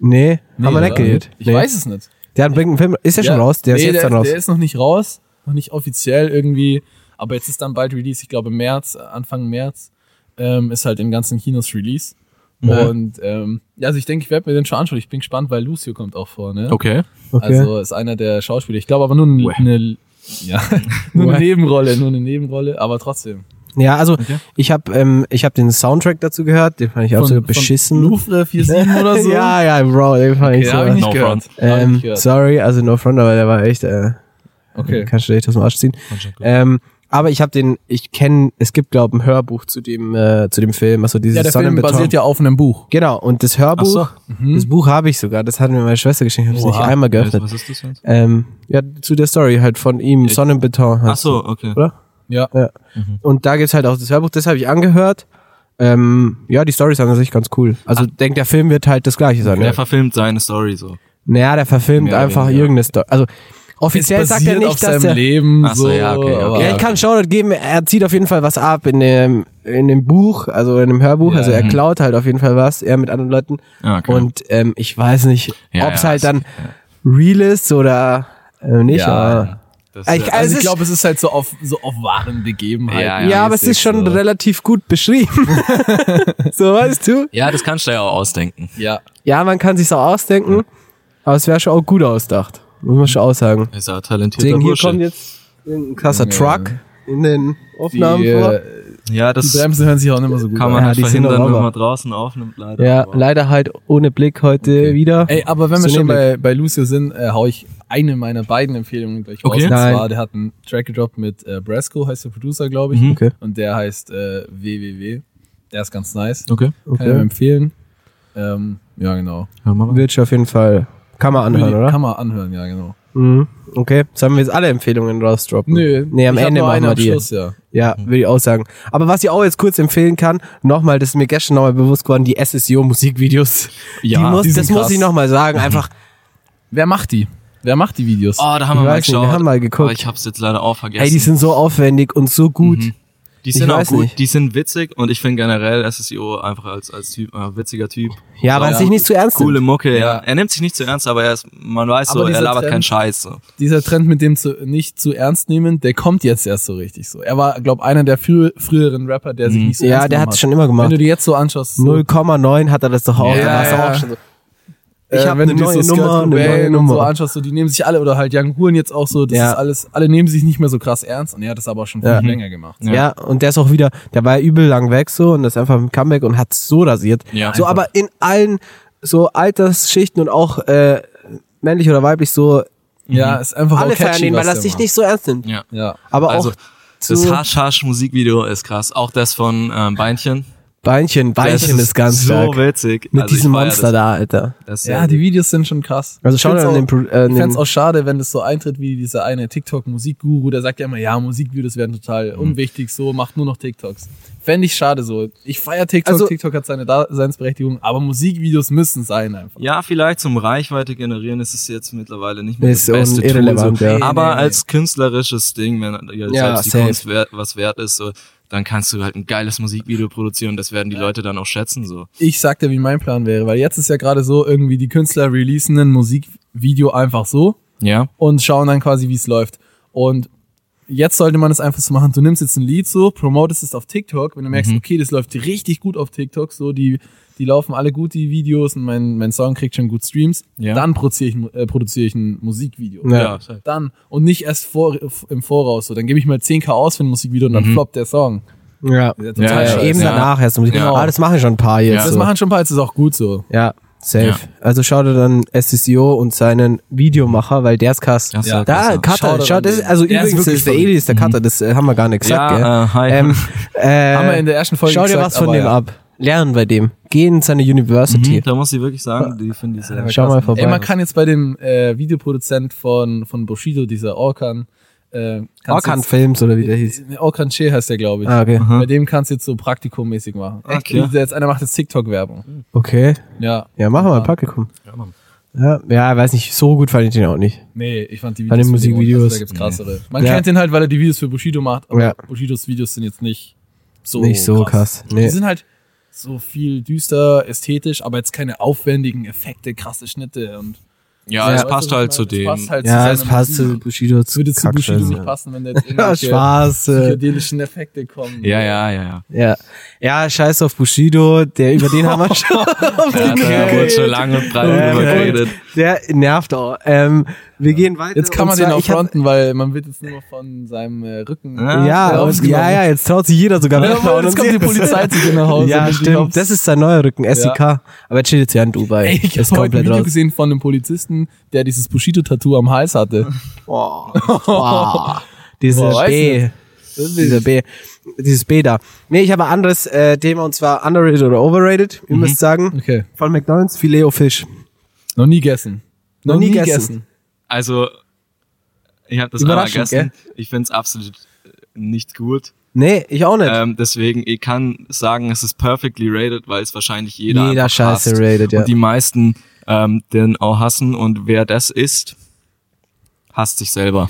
Nee, haben wir oder? nicht geredet. also Ich nee. weiß es nicht. Der hat einen Film, ist ja schon raus, der Nee, ist jetzt der, dann raus. Der ist noch nicht raus, noch nicht offiziell irgendwie, aber jetzt ist dann bald Release, ich glaube im März, Anfang März, ähm, ist halt in ganzen Kinos Release. Ja. Und ähm, ja, also ich denke, ich werde mir den schon anschauen. Ich bin gespannt, weil Lucio kommt auch vor, ne? Okay. okay. Also ist einer der Schauspieler. Ich glaube aber nur Uäh. eine, eine, ja, *laughs* nur Uäh. eine Nebenrolle, nur eine Nebenrolle, aber trotzdem. ja, also Okay. ich habe ähm, ich hab den Soundtrack dazu gehört, den fand ich Von- absolut von beschissen. Louvre 47 *laughs* oder so. ja, ja, Bro, den fand ich Ja, so. hab ich nicht No gehört. front. Hab ich ähm, nicht gehört. sorry, also No Front, aber der war echt, äh, Okay. kannst du echt aus dem Arsch ziehen. Ähm, aber ich habe den, ich kenne, es gibt glaube ein Hörbuch zu dem äh, zu dem Film, also dieses Ja, der Film Sonnenbeton. basiert ja auf einem Buch. Genau, und das Hörbuch, so. das Buch habe ich sogar, das hat mir meine Schwester geschenkt, habe es nicht Oha. einmal geöffnet. Was ist das jetzt? Ähm, ja, zu der Story halt von ihm, Ich- Sonnenbeton. Ach Halt. so, okay. Oder? Ja. Ja. Mhm. Und da gibt's halt auch das Hörbuch, das habe ich angehört. Ähm, ja, die Story ist an sich ganz cool. Also Ah. denk, der Film wird halt das gleiche sein. Der Ja. verfilmt seine Story so. Naja, der verfilmt Mehr oder einfach weniger. irgendeine Story. Also offiziell Es sagt er basiert auf nicht, dass seinem der... Leben Ach so, so. ja, okay, okay. aber- Ja, ich kann Shoutout geben, er zieht auf jeden Fall was ab in dem, in dem Buch, also in dem Hörbuch. Ja, also er mhm. klaut halt auf jeden Fall was, er mit anderen Leuten. Ja, okay. Und ähm, ich weiß nicht, Ja, ob es ja, halt das- dann real ist oder äh, nicht. Ja, aber, Das, Also Ich- Es ich ist- glaube, es ist halt so auf, so auf wahren Begebenheiten. Ja, ja, aber es ist schon so. relativ gut beschrieben. *laughs* so weißt du? ja, das kannst du ja auch ausdenken. Ja. Ja, man kann sich's auch ausdenken. Aber es wäre schon auch gut ausdacht. Muss man schon aussagen. Er ist ein talentierter Deswegen hier Bursche. kommt jetzt ein krasser Junge. Truck in den Die, Aufnahmen vor. äh, ja, das die Bremsen hören sich auch nicht mehr so gut kann an. man Ja, halt die sind verhindern, noch wenn rauber. man draußen aufnimmt, leider. Ja, Aber- leider halt ohne Blick heute Okay. wieder. Ey, aber wenn wir So schon nämlich. bei, bei Lucio sind, äh, hau ich eine meiner beiden Empfehlungen gleich raus. Okay. Und Nein. zwar, der hat einen Track gedroppt mit äh, Brasco, heißt der Producer, glaube ich. Mhm. Okay. Und der heißt äh, WWW. Der ist ganz nice. Okay, Kann ich mir okay. empfehlen. Ähm, ja, genau. hör mal. Wird schon auf jeden Fall. Kann man anhören, oder? Kann man anhören, ja, genau. Mhm. Okay, sollen wir jetzt alle Empfehlungen rausdroppen? Nee, am ich hab Ende nur machen eine wir am die. Schluss, Mhm. ja. Ja, würde ich auch sagen. Aber was ich auch jetzt kurz empfehlen kann, nochmal, das ist mir gestern nochmal bewusst geworden, die SSIO-Musikvideos. Ja, die muss, die sind das muss krass. ich nochmal *laughs* sagen. Einfach, Wer macht die? Wer macht die Videos? Oh, da Ich haben wir mal weiß nicht, wir geschaut. haben mal geguckt. Aber Oh, ich hab's jetzt leider auch vergessen. hey, die sind so aufwendig und so gut. Mhm. die sind ich auch weiß gut, nicht. die sind witzig und ich finde generell SSIO einfach als, als typ, äh, witziger Typ. Ja, aber Ja. es sich nicht zu ernst Coole nimmt. Mucke, ja. Ja. Er nimmt sich nicht zu ernst, aber er ist, man weiß Aber so, dieser er labert Trend- keinen Scheiß. So. Dieser Trend mit dem zu, nicht zu ernst nehmen, der kommt jetzt erst so richtig so. Er war, glaube einer der früh, früheren Rapper, der sich nicht so Mhm. Ja, ernst der genommen hat es schon immer Wenn gemacht. du die jetzt so anschaust, so, 0,9 hat er das doch auch. Ja, da war's doch ja. auch schon so. äh, ich hab wenn eine du dir neue so Skirt Nummer, eine Cobain neue und so Nummer. anschaust, so, die nehmen sich alle oder halt Young Huren jetzt auch so, das Ja. ist alles, alle nehmen sich nicht mehr so krass ernst und er hat das aber auch schon viel Ja. Mhm. länger gemacht. Ja. und der ist auch wieder, der war ja übel lang weg so und ist einfach im Comeback und hat so rasiert. Ja, so, einfach. aber in allen so Altersschichten und auch äh, männlich oder weiblich so Ja, ist einfach alle auch catchy, feiern ihn, weil was er der sich macht. nicht so ernst nimmt. Ja. Ja. Aber Also, auch das so- Hasch Hasch Musikvideo ist krass. Auch das von ähm, Beinchen. Beinchen, Beinchen Das ist ganz so stark. witzig. Mit Also ich diesem feier Monster das, da, Alter. Das ist Ja, die Videos sind schon krass. Also schau Ich find's dir an den auch- Pro- äh, Ich fänd's den- auch schade, wenn das so eintritt wie dieser eine TikTok-Musikguru, der sagt ja immer, ja, Musikvideos werden total Mhm. unwichtig, so macht nur noch TikToks. Fände ich schade so. Ich feier TikTok, Also- TikTok hat seine Daseinsberechtigung, aber Musikvideos müssen sein einfach. Ja, vielleicht zum Reichweite generieren ist es jetzt mittlerweile nicht mehr Ist das beste un- irrelevant, Tool. So. ja. Aber Nee, nee, als künstlerisches Ding, wenn ja, Ja, selbst die safe. Kunst wert, was wert ist, so, dann kannst du halt ein geiles Musikvideo produzieren. Das werden die Leute dann auch schätzen. So. Ich sag dir, wie mein Plan wäre, weil jetzt ist ja gerade so, irgendwie die Künstler releasen ein Musikvideo einfach so Ja. und schauen dann quasi, wie es läuft. Und jetzt sollte man es einfach so machen. Du nimmst jetzt ein Lied so, promotest es auf TikTok, wenn du merkst, Mhm. okay, das läuft richtig gut auf TikTok, so die, die laufen alle gut, die Videos und mein, mein Song kriegt schon gut Streams, Ja. dann produziere ich, ein- äh, produziere ich ein Musikvideo. Ja. safe. Dann und nicht erst vor, im Voraus. So, dann gebe ich mal 10k aus für ein Musikvideo und Mhm. dann floppt der Song. Ja. Das ist ja, total scheiße. eben Ja. danach erst. Musik. Ja. Ah, das machen schon ein paar jetzt. Ja. Das so. machen schon ein paar, jetzt ist auch gut so. ja, safe. Ja. Also schau dir dann SSIO und seinen Videomacher, weil der ist krass. Ja, Ja, sag da, das, Schau Cutter, dir schau, an das den. ist, also Der ist übrigens, wirklich das der verrückt. Mhm. Eli ist der Cutter, das äh, haben wir gar nicht gesagt, gell? Ja, äh, *laughs* hi. Ähm, äh, Haben wir in der ersten Folge schau dir gesagt, was von aber dem ja. ab. Lernen bei dem. Geh in seine University. Mhm, da muss ich wirklich sagen, die finde ich sehr Schau mal vorbei. Ey, man kann jetzt bei dem äh, Videoproduzent von, von Bushido, dieser Orkan, äh, kannst Orkan jetzt- Films oder wie der hieß. Nee, Äh, Orkan Che heißt der, glaube ich. Ah, okay. Bei dem kannst du jetzt so praktikummäßig machen. Echt, Okay. ja? Dieser Jetzt einer macht jetzt TikTok-Werbung. Okay. Ja. Ja, machen wir ein Praktikum. um. Ja, ja, weiß nicht, so gut fand ich den auch nicht. Nee, ich fand die Bei den von dem Musikvideos. Also, da gibt's krassere. Man Ja. kennt den halt, weil er die Videos für Bushido macht, aber Ja. Bushidos Videos sind jetzt nicht so Nicht so krass. Nee. Die sind halt so viel düster, ästhetisch, aber jetzt keine aufwendigen Effekte, krasse Schnitte und Ja, Ja. es Weißt passt du, was halt ich zu meine? dem. Es passt halt Ja, zu es seiner passt zu Musik. Bushido zu Es würde zu Bushido Kackscheiße. nicht passen, wenn da *laughs* jetzt Ja, irgendwelche Spaß. äh, psychedelischen Effekte kommen. Ja, ja, ja, ja. Ja. ja, scheiß auf Bushido, der über den *laughs* haben wir *laughs* schon. Da hat *laughs* er Okay. wohl schon lange und breit Ähm, drüber geredet. und der nervt auch. Ähm, wir gehen weiter. Jetzt kann und man den zwar, auch ich hab- fronten, weil man wird jetzt nur von seinem äh, Rücken. Ja. Ja, und, rausgenommen. *laughs* ja, ja, jetzt traut sich jeder sogar Ja, weghauen aber jetzt und kommt die sieht es. *laughs* Polizei zu dir nach Hause. Ja, und ich stimmt. glaub's. Das ist sein neuer Rücken, SEK. Aber er chillt jetzt ja in Dubai. Ey, ich ist habe heute ein komplett Video raus. gesehen von einem Polizisten, der dieses Bushido-Tattoo am Hals hatte. Wow. *laughs* Dieser Boah, weiß B. nicht. Dieser B. Dieses B da. Nee, ich habe ein anderes äh, Thema und zwar underrated oder overrated, ihr müsst sagen. Mhm. Okay. Von McDonalds, Filet o Fisch. Noch nie gegessen. Noch nie gegessen. Also, ich habe das einmal Überraschend, gegessen. Ich finde es absolut äh, nicht gut. Nee, ich auch nicht. Ähm, deswegen, ich kann sagen, es ist perfectly rated, weil es wahrscheinlich jeder Jeder einfach Scheiße hasst. rated, ja. Und die meisten ähm, den auch hassen. Und wer das isst, hasst sich *laughs* selber.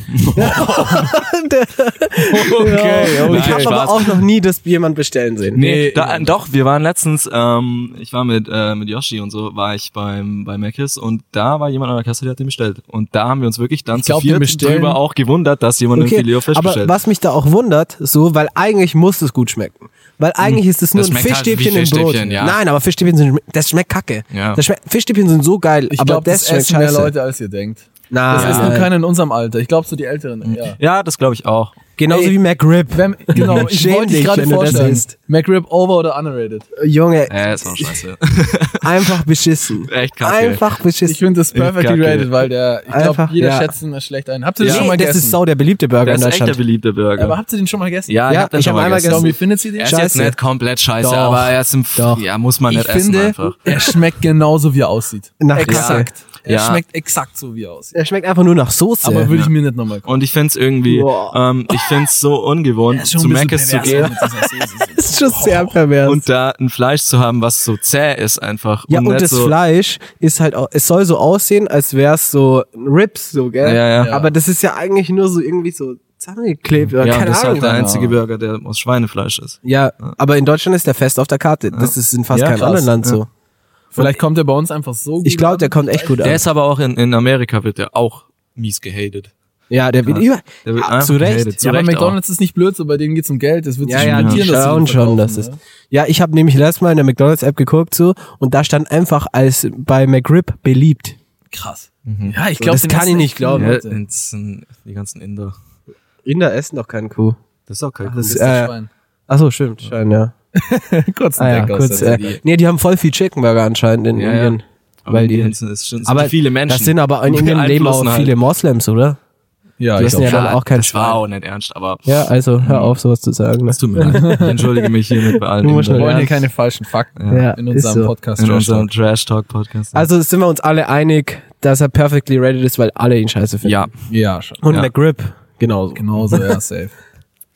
*laughs* Okay, okay. ich Nein, habe Spaß. aber auch noch nie das jemand bestellen sehen. Nee, Nee, da, äh, eben. doch, wir waren letztens, ähm, ich war mit, äh, mit Yoshi und so, war ich beim, bei Mc's und da war jemand an der Kasse, der hat den bestellt. Und da haben wir uns wirklich dann Ich glaub, zu viert den bestellen- drüber auch gewundert, dass jemand einen Filet-O-Fisch aber bestellt. was mich da auch wundert, so, weil eigentlich muss es gut schmecken. Weil eigentlich ist es nur Hm. Das ein schmeckt halt wie Fischstäbchen im Brot. Fischstäbchen, ja. Nein, aber Fischstäbchen sind, das schmeckt kacke. Ja. Das schmeckt, Fischstäbchen sind so geil, Ich aber glaube, das, das, schmeckt essen mehr scheiße. Ah. Leute, als ihr denkt. Nein, Das ist nur keiner in unserem Alter. Ich glaube, so die Älteren. Ja. ja, das glaube ich auch. genauso Ey. wie McRib. Wenn, genau, ich Schäm wollte dich dich, gerade wenn du das vorstellen. isst. McRib over oder underrated? Junge, Äh, *laughs* das war scheiße. *laughs* einfach beschissen. Echt kacke. Einfach beschissen. Ich finde das perfectly Kacke. rated, weil der, ich glaube, Einfach, jeder ja. schätzt ihn schlecht ein. Habt ihr das nee, schon mal das gegessen? ist sau der beliebte Burger Der in ist echt der Deutschland. beliebte Burger. Aber habt ihr den schon mal gegessen? ja, Ja, ich habe ich schon hab mal einmal Tom, gegessen. gegessen. wie findet ihr den? Er ist jetzt Scheiße. nicht komplett scheiße, Doch. aber er ist im, F- Doch. ja, muss man Ich nicht essen finde, einfach. er schmeckt genauso, wie er aussieht. *laughs* Nach exakt. Er Ja. schmeckt exakt so, wie er aussieht. Er schmeckt einfach nur nach Soße. Aber würde ich mir nicht nochmal kaufen. Und ich find's irgendwie, Boah. ähm, ich find's so Er ungewohnt, ist schon zu ein bisschen Mc's zu pervers gehen mit dieser Soße. *laughs* *laughs* das ist schon sehr pervers. und da ein Fleisch zu haben, was so zäh ist einfach. ja, und nicht das so, Fleisch ist halt auch, es soll so aussehen, als wär's so Rips, so, gell? Ja, ja. Aber das ist ja eigentlich nur so irgendwie so zusammengeklebt oder Ja, und keine das ist Ahnung. halt der keine einzige Ahnung. Burger, der aus Schweinefleisch ist. ja, aber in Deutschland ist der fest auf der Karte. Das ist in fast Ja, keinem krass, anderen Land so. Vielleicht kommt er bei uns einfach so gut Ich glaube, der an. kommt echt gut Der an. ist aber auch in, in Amerika wird der auch mies gehatet. Ja, der wird Ja. über. Der wird Ja, einfach zu Recht. gehatet, zu ja, aber Recht auch. McDonalds ist nicht blöd, so bei denen geht's um Geld. Das wird Ja, sich ja, die rentieren, dass sie schauen die verkaufen, schon, ne? dass es. ja. ne? Ja, ich habe nämlich letztes Mal in der McDonalds App geguckt so und da stand einfach als bei McRib beliebt. Krass. Ja, ich glaube, das kann ich nicht glauben. Ja, Das das sind die ganzen Inder. Inder essen doch keinen Kuh. Das ist auch kein das ist ist, das äh, Schwein. ach so, stimmt, scheint ja. Kurz Ah, ja, Deck aus kurz, der äh, Serie. nee, die haben voll viel Chickenburger anscheinend in also Ja, ja. Indien. Weil die, es sind aber viele Menschen. das sind aber in Indien leben auch beeinflussen halt. viele Moslems, oder? Ja, die ich essen glaub, ja dann auch kein Das war Schwein. auch nicht ernst, aber Ja, also mhm. hör auf, sowas zu sagen. Ne? es tut mir *laughs* leid. Ich entschuldige mich hiermit bei allen Du musst wir Indern. wollen Ja. hier keine falschen Fakten Ja, in ist unserem so. Podcast. in Trash unserem Talk. Trash Talk Podcast. Also sind wir uns alle einig, dass er perfectly rated ist, weil alle ihn scheiße finden. ja, ja, schon. Und Ja. McRib genauso. Genauso, ja, safe.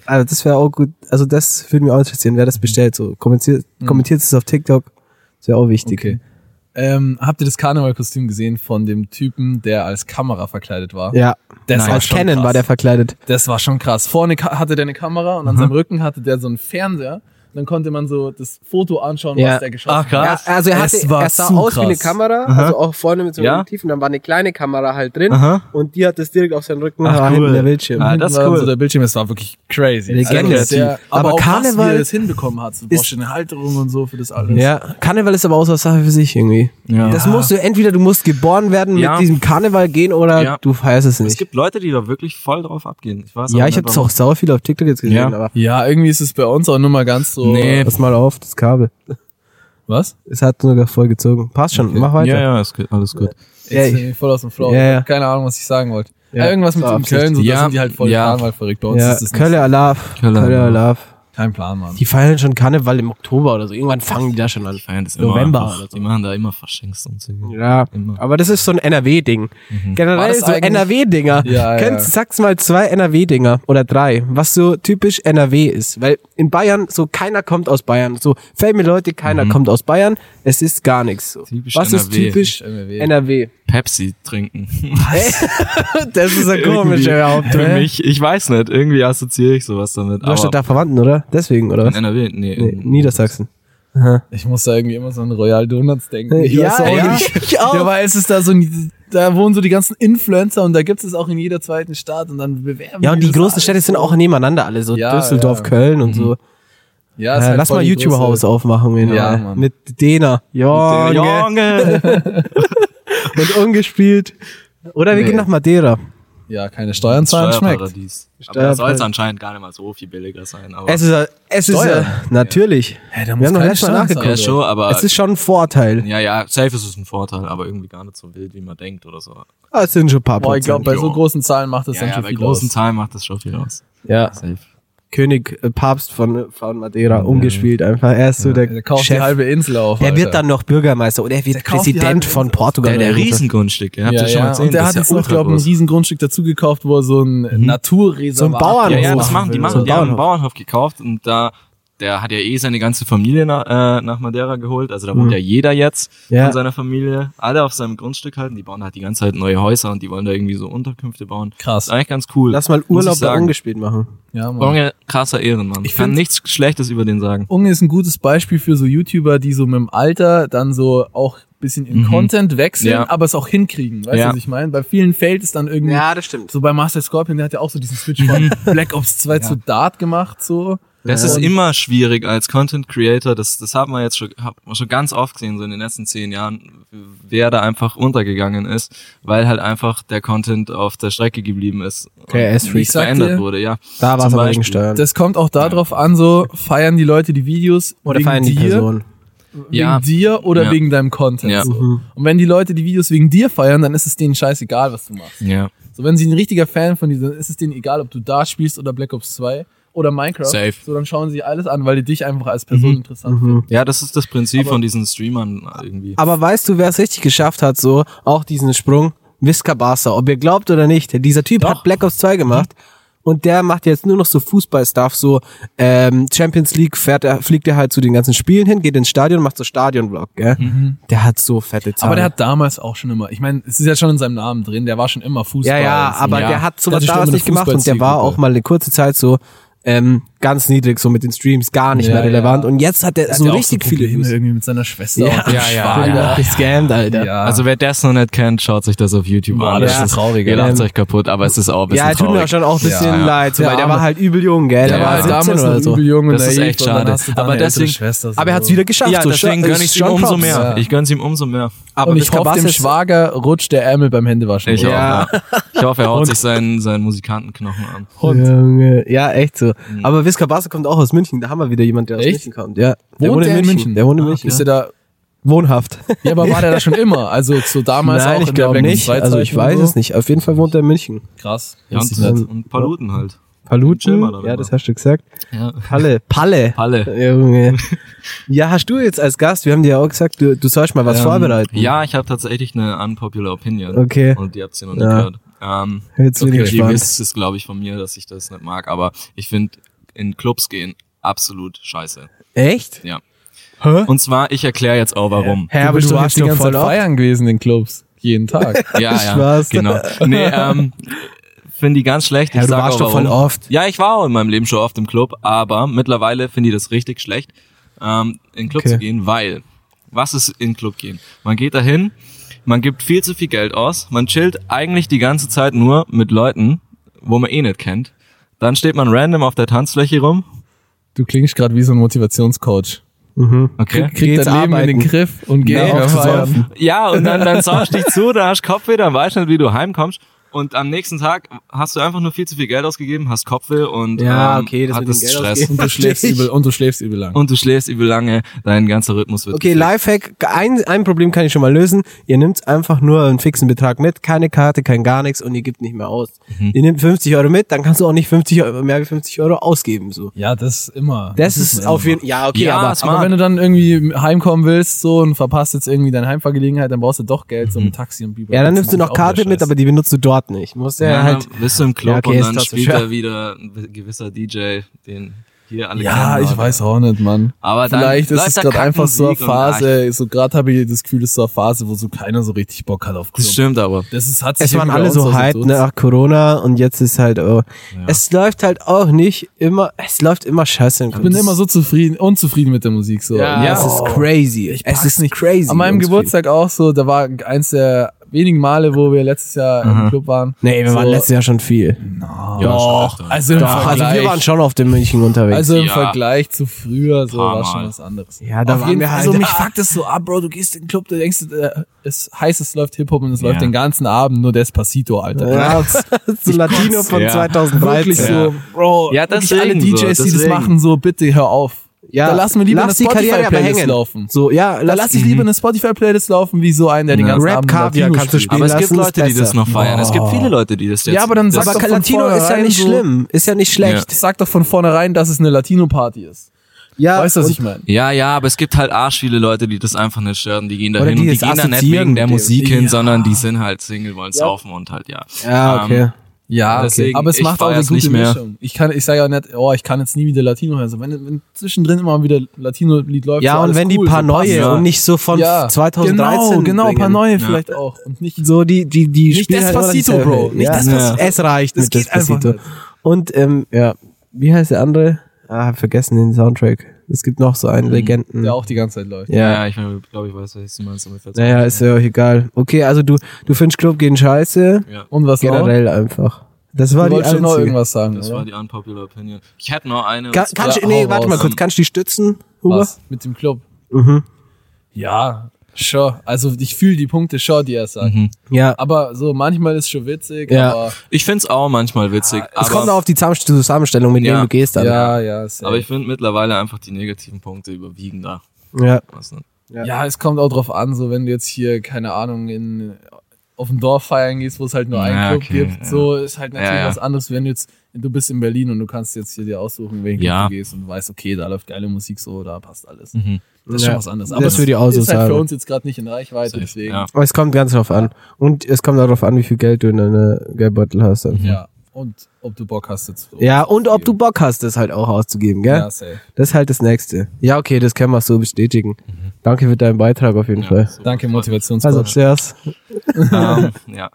Also das wäre auch gut. Also das würde mich auch interessieren, wer das Mhm. bestellt. So kommentiert, kommentiert es auf TikTok. Das wäre auch wichtig. Okay. Ähm, habt ihr das Karneval-Kostüm gesehen von dem Typen, der als Kamera verkleidet war? Ja. Das war Als schon Canon krass. war der Mhm. verkleidet. Das war schon krass. Vorne ka- hatte der eine Kamera und an seinem Rücken hatte der so einen Fernseher. Dann konnte man so das Foto anschauen, Ja. was der geschossen Ach, Ah, krass. hat. Ja, also er, Es hatte, war er sah zu aus wie eine krass. Kamera, also auch vorne mit so einem Ja. Objektiv und dann war eine kleine Kamera halt drin Aha. und die hat das direkt auf seinen Rücken Ach, war hinten cool. der Bildschirm. Ah, Hinten das ist war dann cool. So der Bildschirm, es war wirklich crazy. Legende. sehr, aber, Aber auch krass, wie Karneval er das hinbekommen hat. So, du ist- brauchst eine Halterung und so für das alles. Ja, Karneval ist aber auch so eine Sache für sich irgendwie. Ja. Das musst du, entweder du musst geboren werden, Ja. mit diesem Karneval gehen oder Ja. du feierst es Es nicht. gibt Leute, die da wirklich voll drauf abgehen. Ich weiß ja, aber ich nicht, habe das auch sauer viel auf TikTok jetzt gesehen, Ja. aber Ja, irgendwie ist es bei uns auch nur mal ganz so. Nee. pass mal auf, das Kabel. Was? Es hat sogar voll gezogen. Passt schon, mach warum. weiter. Ja, ja, ist gut, alles gut. Ja, Jetzt ich- bin ich voll aus dem Flow. Ja, ja. Keine Ahnung, was ich sagen wollte. Ja. Ja, irgendwas mit So dem Köln, so, da Ja. sind die halt voll Ja. Karneval verrückt. Bei uns Ja, ist das Kölle Alaf, Kölle Kölle Alarv. Alaf. nicht. Kein Plan, Mann. Die feiern schon Karneval im Oktober oder so. Irgendwann fangen die da schon an. Die feiern das November immer. einfach. oder so. Die machen da immer Verschenksumzüge. Ja, Immer. aber das ist so ein NRW-Ding. War Generell das so eigentlich- NRW-Dinger. Mhm. Ja, Kennst, ja. Sag's mal zwei NRW-Dinger oder drei, was so typisch NRW ist. Weil in Bayern so keiner kommt aus Bayern. So fällt mir Leute, keiner Mhm. kommt aus Bayern. Es ist gar nichts. So. Typisch was ist NRW. typisch NRW. *laughs* NRW? Pepsi trinken. Das ist ein Irgendwie komischer Haupt. ne? ne? Für mich, ich weiß nicht, irgendwie assoziiere ich sowas damit. Du hast doch aber da Verwandten, oder? Deswegen, oder in was? NRW, nee, Nee, in- Niedersachsen. Ich muss da irgendwie immer so an Royal Donuts denken. Ich weiß auch ja, nicht. ich auch. Ja, weil es ist da so, ein- da wohnen so die ganzen Influencer und da gibt es auch in jeder zweiten Stadt und dann bewerben Ja, und die das großen alles. Städte sind auch nebeneinander alle, so Ja, Düsseldorf, ja. Köln und so. Ja, Äh, ist halt lass voll mal die YouTube-Haus große- aufmachen, wenn Ja, ja, Mann. mit Dena. Ja, *laughs* Jonge. und ungespielt. Oder wir Nee. gehen nach Madeira. Ja, keine Hm, Steuern zahlen schmeckt. Steuerparadies. Aber da Steuerparadies. soll es anscheinend gar nicht mal so viel billiger sein. Aber Es ist, ja- es ist Steuer. ja, natürlich. Hey, da wir haben doch keine letztes Mal Steuern zahlen. ja, nachgeguckt. schon, aber Es ist schon ein Vorteil. ja, ja, safe ist es ein Vorteil, aber irgendwie gar nicht so wild, wie man denkt oder so. Ah, Es sind schon ein paar Boah, ich Prozent. glaube, bei so Jo. großen Zahlen macht das Ja, dann ja, schon bei viel großen aus. Zahlen macht das schon viel aus. ja. Safe. König, äh, Papst von, von Madeira, umgespielt einfach. Er ist so der, Der kauft die Chef. halbe Insel auf. Er Alter. wird dann noch Bürgermeister oder er wird Der kauft die Präsident halbe von Insel. Portugal. Der, der oder so. Riesengundstück, ja, habt ihr Ja, schon mal ja. gesehen. Und der das hat ist ja jetzt noch, ultra glaube ich, ein groß. Mhm. Riesengrundstück dazu gekauft, wo er so ein Naturreservat. So ein Bauernhof. Ja, ja, Bauernhof das machen die. will. Machen. So ein die haben einen Bauernhof. Bauernhof gekauft und da der hat ja eh seine ganze Familie na, äh, nach Madeira geholt. Also da wohnt ja jeder jetzt Mhm. Ja. von seiner Familie. Alle auf seinem Grundstück halten. Die bauen halt die ganze Zeit neue Häuser und die wollen da irgendwie so Unterkünfte bauen. Krass. Ist eigentlich ganz cool. Lass mal Muss ich Urlaub da sagen. ungespielt machen. Ja, Mann. Bonge, krasser Ehrenmann. Ich Ich kann find- nichts Schlechtes über den sagen. Unge ist ein gutes Beispiel für so YouTuber, die so mit dem Alter dann so auch ein bisschen in Mhm. Content wechseln, Ja. aber es auch hinkriegen. Weißt Ja. du, was ich meine? Bei vielen fällt es dann irgendwie. das stimmt. So bei Master Scorpion, der hat ja auch so diesen Switch von Black Ops 2 zu Dart gemacht, so. Mhm. Das Ja. ist Und- immer schwierig als Content Creator. Das, das haben wir jetzt schon, haben wir schon ganz oft gesehen, so in den letzten zehn Jahren, wer da einfach untergegangen ist, weil halt einfach der Content auf der Strecke geblieben ist. Okay, und S3. nichts Ich sag verändert dir, wurde, ja. Da war es Zum aber Beispiel. wegen Steuern. Das kommt auch darauf an, so feiern die Leute die Videos Oder wegen feiern die dir, Person. wegen Ja. dir oder Ja. wegen deinem Content. Ja. So. Mhm. Und wenn die Leute die Videos wegen dir feiern, dann ist es denen scheißegal, was du machst. Ja. So, wenn sie ein richtiger Fan von dir sind, ist es denen egal, ob du Dart spielst oder Black Ops 2 oder Minecraft. Safe. So, dann schauen sie alles an, weil die dich einfach als Mhm. Person interessant finden. Ja, das ist das Prinzip Aber- von diesen Streamern irgendwie. Aber weißt du, wer es richtig geschafft hat, so auch diesen Sprung? Visca Barca, ob ihr glaubt oder nicht. Dieser Typ hat Black Ops 2 gemacht Mhm. und der macht jetzt nur noch so Fußball-Stuff, so ähm, Champions League fährt er, fliegt er halt zu den ganzen Spielen hin, geht ins Stadion und macht so Stadion-Vlog, gell? Der hat so fette Zahlen. Mhm. Aber der hat damals auch schon immer, ich meine, es ist ja schon in seinem Namen drin, der war schon immer Fußball. ja, ja, aber der hat Der sowas hatte schon damals immer nicht eine gemacht und der war auch Fußballzielgruppe. mal eine kurze Zeit so ähm, ganz niedrig, so mit den Streams gar nicht Ja, mehr relevant. ja. Und jetzt hat er Hat so der auch richtig so viele Probleme Views. irgendwie mit seiner Schwester. Ja, und ja, dem ja, Schwager. ja. Gescammt, Alter. Ja. Also wer das noch nicht kennt, schaut sich das auf YouTube Boah, an. das ist Ähm, traurig, Ihr ey. lacht euch kaputt, aber es ist auch ein bisschen Ja, tut mir auch traurig. schon auch ein bisschen Ja, ja. leid, so, Der weil der war Arme. halt übel jung, gell? Der der war war halt 17 damals oder noch so. übel jung und Das der ist Eve echt und dann schade. hast du deine Aber ältere deswegen- Schwester, so. Aber er hat's wieder geschafft. Ja, so deswegen scha- gönn ist ich ihm schon umso Props. mehr. Ja. Ich gönn's ihm umso mehr. Aber und ich ich hoffe, dem Schwager rutscht der Ärmel beim Händewaschen. Ich hoch. Ja. auch. Ja. Ich hoffe, er haut sich seinen, seinen Musikantenknochen an. Junge. Ja, echt so. Aber Visca Barca kommt auch aus München, da haben wir wieder jemanden, der aus Echt? München kommt. Ja. Wohnt der in München? Der wohnt in Ah, München. Ist er da? Wohnhaft. Ja, aber war der da schon immer? Also so damals auch Nein, ich in der glaube Black Ops nicht. 2 Also ich Zeitung weiß und so? es nicht. Auf jeden Fall wohnt er in München. Krass. Ja, und, Wusste ich nicht. und Paluten halt. Chill mal Paluten? darüber. Ja, das hast du gesagt. Ja. Palle. Palle. Palle. Junge. Ja, hast du jetzt als Gast, wir haben dir ja auch gesagt, du, du sollst mal was Ähm, vorbereiten. Ja, ich habe tatsächlich eine unpopular Opinion. Okay. Und die habt ihr noch nicht Ja. gehört. Ähm, Jetzt bin ich Ihr gespannt. wisst es, glaube ich, von mir, dass ich das nicht mag, aber ich finde in Clubs gehen absolut scheiße. Echt? Ja. Hä? Und zwar, ich erkläre jetzt auch warum. Hä, aber du doch warst jetzt die doch ganze voll Zeit oft. feiern gewesen in Clubs. Jeden *laughs* Tag. Ja, ja, Spaß. genau. Nee, ähm, finde die ganz schlecht. Ja, ich du sag warst auch doch voll warum. oft. Ja, ich war auch in meinem Leben schon oft im Club, aber mittlerweile finde ich das richtig schlecht, ähm, in den Club Okay. zu gehen, weil was ist in den Club gehen? Man geht dahin, man gibt viel zu viel Geld aus, man chillt eigentlich die ganze Zeit nur mit Leuten, wo man eh nicht kennt. Dann steht man random auf der Tanzfläche rum. Du klingst gerade wie so ein Motivationscoach. Okay. Krieg Geht's dein Leben in arbeiten. den Griff und geh Nee, auf auf feiern. Ja, und dann, dann saust dich zu, dann hast Kopfweh, dann weißt du nicht, wie du heimkommst. Und am nächsten Tag hast du einfach nur viel zu viel Geld ausgegeben, hast Kopfweh und Ja, ähm, okay, das mit dem hattest Geld Stress. *laughs* ausgeben. Und du schläfst übel, und du schläfst übel lang. Und du schläfst übel lange, dein ganzer Rhythmus wird Okay, gefickt. Lifehack, ein, ein Problem kann ich schon mal lösen. Ihr nehmt einfach nur einen fixen Betrag mit, keine Karte, kein gar nichts und ihr gebt nicht mehr aus. Ihr nehmt 50 Euro mit, dann kannst du auch nicht 50 Euro, mehr wie 50 Euro ausgeben. so. Ja, das ist immer. Das, muss ist man auf immer jeden Fall. Ja, okay, Ja, aber smart. Aber wenn du dann irgendwie heimkommen willst so und verpasst jetzt irgendwie deine Heimfahrgelegenheit, dann brauchst du doch Geld, so ein Taxi und Biber. ja, dann nimmst du noch Karte mit, aber die benutzt du dort nicht. Musst ja, Ja, halt. dann bist du im Club Ja, okay, ist und dann trotzdem spielt schwer. da wieder ein gewisser DJ, den hier alle Ja, kennen. ich oder? weiß auch nicht, Mann. Aber dann Vielleicht ist läuft es der gerade einfach so eine Kackensieg und Arsch. Phase, so gerade habe ich das Gefühl, es ist so eine Phase, wo so keiner so richtig Bock hat auf Club. Das stimmt aber. Das ist, hat sich Es waren irgendwie alle bei so uns hyped ne, ausgedrückt. nach Corona und jetzt ist halt, oh. Es läuft halt auch nicht immer, es läuft immer scheiße. Ich bin immer so zufrieden, unzufrieden mit der Musik. So. ne? Ja, Ja. es ist crazy. Ich es pack's ist nicht. crazy. An meinem uns viel. Geburtstag auch so, da war eins der wenigen Male, wo wir letztes Jahr im Club waren. Mhm. Nee, wir so, waren letztes Jahr schon viel. Ja, Doch, schon öfter. also im Doch, also Vergleich. wir waren schon auf dem München unterwegs. Also im Ja. Vergleich zu früher, so Paar war Mal. schon was anderes. Ja, da Auf waren jeden wir Fall. halt- Also mich fuckt es so ab, Bro, du gehst in den Club, du denkst, äh, es heißt, es läuft Hip-Hop und es läuft den ganzen Abend nur Despacito, Alter. *laughs* Ja, so Latino von Ja. 2013. Wirklich so, Bro, Ja, wirklich deswegen alle DJs, so, die das deswegen. machen, so, bitte hör auf. Ja, da lassen wir lieber lass eine die Karriere aber Spotify-Playlist hängen. laufen. So, ja, Da lass ich lieber eine Spotify-Playlist laufen, wie so einen, der den Ja. ganzen Rap Abend Kaviar Latino kannst du spielt. spielen. Aber es gibt lassen ist Leute, die das besser. Oh. noch feiern. Es gibt viele Leute, die das jetzt. Ja, aber dann das sag Aber doch von Latino ist ja vornherein nicht so- schlimm, ist ja nicht schlecht. Sag doch von vornherein, dass es eine Latino-Party ist. Ja, Weißt du, was und- ich meine? Ja, ja, aber es gibt halt arsch viele Leute, die das einfach nicht stören. Die gehen da Oder hin die und die es gehen da nicht assoziieren wegen der mit dem. Musik hin, Ja. sondern die sind halt Single, wollen saufen und halt, ja. Ja, okay. Ähm, Ja, Deswegen, okay. aber es ich macht auch eine feier's gute nicht mehr. Mischung. Ich kann, ich sage ja nicht, oh, ich kann jetzt nie wieder Latino hören. Also wenn, wenn zwischendrin immer wieder Latino-Lied läuft, Ja, so und alles wenn cool, die paar so neue passt. Ja. und nicht so von ja, genau, 2013. genau, bringen. paar neue Ja. vielleicht auch und nicht So, die, die, die Nicht spielen halt immer Despacito, dieselbe. Bro. Nicht ja. Despacito. Es reicht Das mit geht einfach Despacito. nicht. Und, ähm, ja, wie heißt der andere? Ah, hab vergessen den Soundtrack. Es gibt noch so einen Legenden. der auch die ganze Zeit läuft. Ja. ich glaube, ich weiß, was du meinst. aber ich verzeihe. Naja, ist ja auch egal. Okay, also du, du findest Club gehen scheiße. ja. Und was noch? Generell einfach. Das war Du die wolltest schon noch einzige. irgendwas sagen, Das oder? war die unpopular opinion. Ich hätte noch eine. Kann, und zwar- kannst, Ja, du- nee, hau warte raus. mal kurz. Kannst du die stützen, Huber? Was? Mit dem Club. Mhm. Ja, schon. Also ich fühle die Punkte schon, die er sagt. Mhm. Ja. Aber so manchmal ist schon witzig, Ja. aber Ich find's auch manchmal witzig. Es aber, kommt auch auf die Zusammen- Zusammenstellung, mit Ja. dem du gehst dann. ja, ja, safe. aber ich finde mittlerweile einfach die negativen Punkte überwiegen da. ja. Was nicht. ja. es kommt auch drauf an, so wenn du jetzt hier, keine Ahnung, in auf dem Dorf feiern gehst, wo es halt nur einen Ja, Club okay, gibt, ja. so ist halt natürlich Ja, ja. was anderes, wenn du jetzt, du bist in Berlin und du kannst jetzt hier dir aussuchen, welchen Ja. Mhm. Club du gehst und weißt, okay, da läuft geile Musik so, da passt alles. Das ist Ja. schon was anderes. Das würde ich auch so ist halt für sagen. uns jetzt gerade nicht in Reichweite, Safe. deswegen. Ja. Aber es kommt ganz drauf an. Und es kommt auch drauf an, wie viel Geld du in deine Geldbeutel hast. Dann. Ja. Mhm. Und ob du Bock hast jetzt. so Ja, und ob du auszugeben. Bock hast, das halt auch auszugeben, gell? Ja, safe. Das ist halt das Nächste. Ja, okay, das können wir so bestätigen. Mhm. Danke für deinen Beitrag auf jeden Fall. so. Danke, Motivationscoach. Also, zuerst. ähm, ja.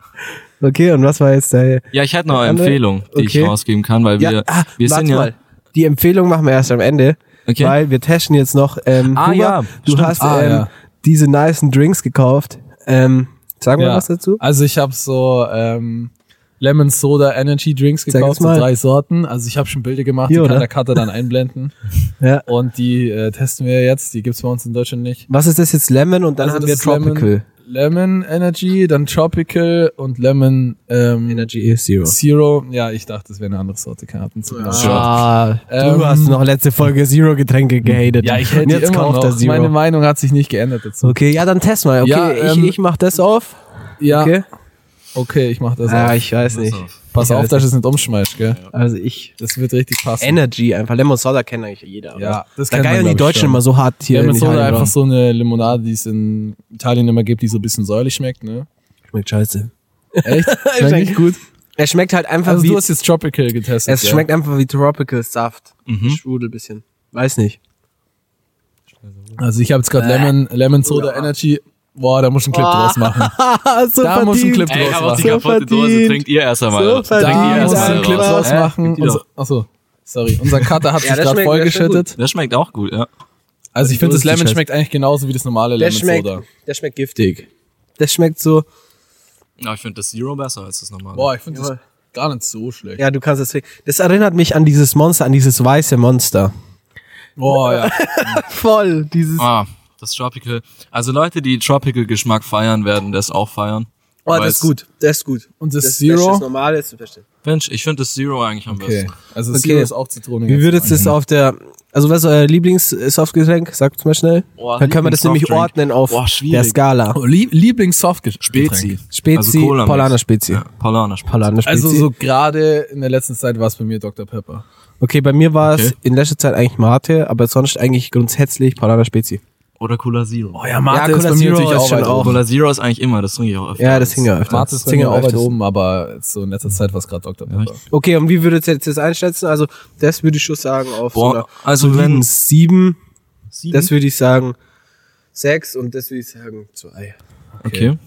Okay, und was war jetzt dein... ja, ich hätte noch eine Andere? Empfehlung, die ich Okay. rausgeben kann, weil wir, ah, wir sind warte ja. mal. Die Empfehlung machen wir erst am Ende, Okay. weil wir testen jetzt noch... Ähm, Ah, Huber, ja, Du stimmt. hast Ah, ähm, ja. diese nicen Drinks gekauft. Ähm, sagen wir Ja. was dazu? Also ich habe so ähm, Lemon Soda Energy Drinks Sag gekauft, es so mal. drei Sorten. Also ich habe schon Bilder gemacht, Hier, die kann oder? der Cutter dann einblenden. Ah. Ja. Und die äh, testen wir jetzt. Die gibt's bei uns in Deutschland nicht. Was ist das jetzt? Lemon und dann Also haben wir das Tropical. Lemon, Lemon Energy, dann Tropical und Lemon ähm, Energy is Zero. Zero. Ja, ich dachte, das wäre eine andere Sorte. Keine Ahnung. zu genau. Ah, Ähm, du hast noch letzte Folge Zero Getränke gehatet. Ja, ich hätte Und die immer kauft er noch. Meine Meinung hat sich nicht geändert dazu. okay, ja, dann test mal. Okay, Ja, ich, ähm, ich mach das auf. Ja, okay, Okay. ich mach das ah, auf. ich weiß nicht. auf. Pass ich auf, weiß dass du es nicht umschmeißt, gell? Also ich. Das wird richtig passen. Energy einfach. Lemon Soda kennt eigentlich jeder. Ja, oder? das da kennt man, geiern glaub die ich, Deutschen schon. immer so hart hier. Lemon in Soda Italien einfach rum. so eine Limonade, die es in Italien immer gibt, die so ein bisschen säuerlich schmeckt, ne? *laughs* Schmeckt scheiße. Echt? Schmeckt Schmeckt- nicht gut. Es schmeckt halt einfach Also wie. du hast jetzt Tropical getestet. es schmeckt einfach wie Tropical Saft. Mhm. Strudel bisschen. Weiß nicht. Ja. Also ich habe jetzt gerade Lemon, Lemon Soda Energy. Boah, da muss ich einen Clip draus *laughs* machen. so Da muss ein Clip Ey, ich draus hab auch die machen. So kaputte Dose. verdient. Trinkt ihr erst einmal. So raus. Trinkt verdient. Da ihr erst muss ich einen Danke. einmal Clip raus. draus Hä? machen. Genau. Trinkt ihr Unser, doch. achso, sorry. Unser Cutter *laughs* hat Ja, sich das gerade schmeckt- das schmeckt vollgeschüttet. Das schmeckt auch gut, ja. Also ich finde, das ist die Lemon Scheiße. schmeckt eigentlich genauso wie das normale Der Lemon schmeckt, Soda. der schmeckt giftig. Der schmeckt so. Aber ich finde das Zero besser als das normale. Boah, ich finde Jawohl. das gar nicht so schlecht. Ja, du kannst es. Das erinnert mich an dieses Monster, an dieses weiße Monster. Boah, *laughs* ja. Voll, dieses. Ah, das Tropical. Also Leute, die Tropical-Geschmack feiern, werden das auch feiern. Oh, Weil das es- ist gut. Das ist gut. Und das Das ist Zero? normal, ist zu verstehen. Mensch, ich finde das Zero eigentlich am Okay. besten. Also Okay. Zero ist auch Zitrone. Wie ganz würdest du normal. das auf der. Also, was ist euer Lieblingssoftgetränk? Sagt's mal schnell. Boah, Dann können wir das nämlich Lieblingssoftdrink. ordnen auf Boah, schwierig. der Skala. Oh, Lieb Lieblingssoftgetränk. Spezi. Also Spezi, Cola-Mix. Paulaner Spezi. Ja, Paulaner Spezi. Paulaner Spezi. Also so gerade in der letzten Zeit war es bei mir Dr. Pepper. okay, bei mir war es Okay. in letzter Zeit eigentlich Mate, aber sonst eigentlich grundsätzlich Paulaner Spezi. Oder Cola Zero. Oh ja, Mate ist bei mir natürlich auch weit oben. Cola Zero ist eigentlich immer, das trinke ich auch öfter. Ja, das hing ja öfter. Mate ist Das bei hing mir ja auch weit öfter. oben, aber so in letzter Zeit war es gerade Dr. Pepper. Okay, und wie würdet ihr jetzt das einschätzen? Also, das würde ich schon sagen auf so einer Boah, also soliden wenn sieben, sieben, das würde ich sagen sechs und das würde ich sagen zwei. okay.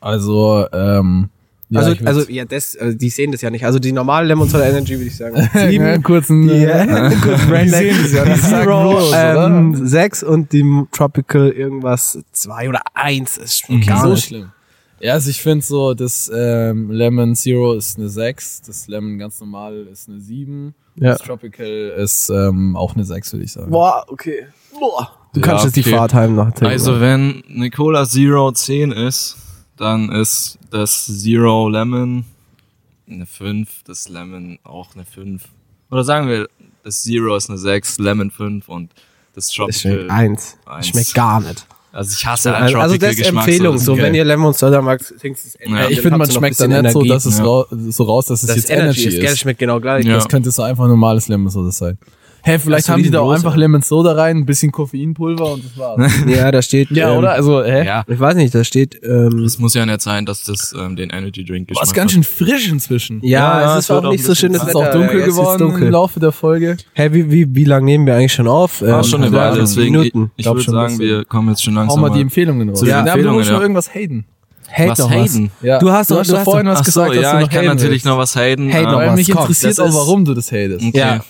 Also, ähm, ja, also, ich würd- also *laughs* ja, das, also die sehen das ja nicht. Also die normale Lemon Soda Energy würde *laughs* ich sagen Ja, *laughs* sieben, einen kurzen die, äh, *laughs* äh, kurz Redneck, sehen das ja die nicht. Sagen bloß, Zero ähm, oder? sechs und die Tropical irgendwas zwei oder eins. Das ist schon Mhm. gar so nicht. schlimm. Ja, also ich finde so, das ähm, Lemon Zero ist eine 6, das Lemon ganz normal ist eine 7, Ja. das Tropical ist ähm, auch eine 6, würde ich sagen. Boah, okay. Boah. Du Ja, kannst jetzt die okay. Fahrt heim noch trinken. Also wenn eine Cola Zero 10 ist, dann ist das Zero Lemon eine 5, das Lemon auch eine 5. Oder sagen wir, das Zero ist eine 6, Lemon 5 und das das schmeckt Tropical. eins. äh, Eins. Schmeckt gar nicht. Also ich hasse einen Also, also das ist Tropical-Geschmack, Empfehlung. das- So, wenn ihr Lemon Soda mag, trinkt es Ja, ich finde, man schmeckt dann nicht so, dass es ja. rau- so raus, dass es das jetzt Energy ist. Gell, ist. schmeckt genau gleich. Ja. Das könnte so einfach ein normales Lemon Soda sein. Hä, vielleicht Hast du haben die da auch riesengroße? einfach Lemon Soda rein, ein bisschen Koffeinpulver und das *laughs* war's. *laughs* Ja, da steht. ja, ähm, oder? Also, hä? Ja, Ich weiß nicht, da steht. Ähm, es muss ja nicht sein, dass das ähm, den Energy Drink Boah, geschmeckt ist ganz schön frisch inzwischen. ja, ja, es es ist wird auch auch nicht ein so bisschen- schönes Es ist Wetter. auch dunkel ja, es ist geworden dunkel. im Laufe der Folge. Hey, wie, wie, wie lange nehmen wir eigentlich schon auf? hat. Ah, schon eine also Weile, fünf deswegen, ich, Minuten. ich Glaub würde schon, sagen, dass- wir kommen jetzt schon Hau langsam mal die Empfehlungen raus. zu den Ja, dann Empfehlungen, berufst du ja. irgendwas haten. Hate Was doch was. haten? Ja. Du hast du doch- hast du doch hast vorhin doch- was Ach so, gesagt, dass ja, du noch ich kann haten natürlich willst. noch was haten. Hey, noch Weil was. mich Komm, interessiert das auch, ist- warum du das hatest. Okay. Ja. Ja.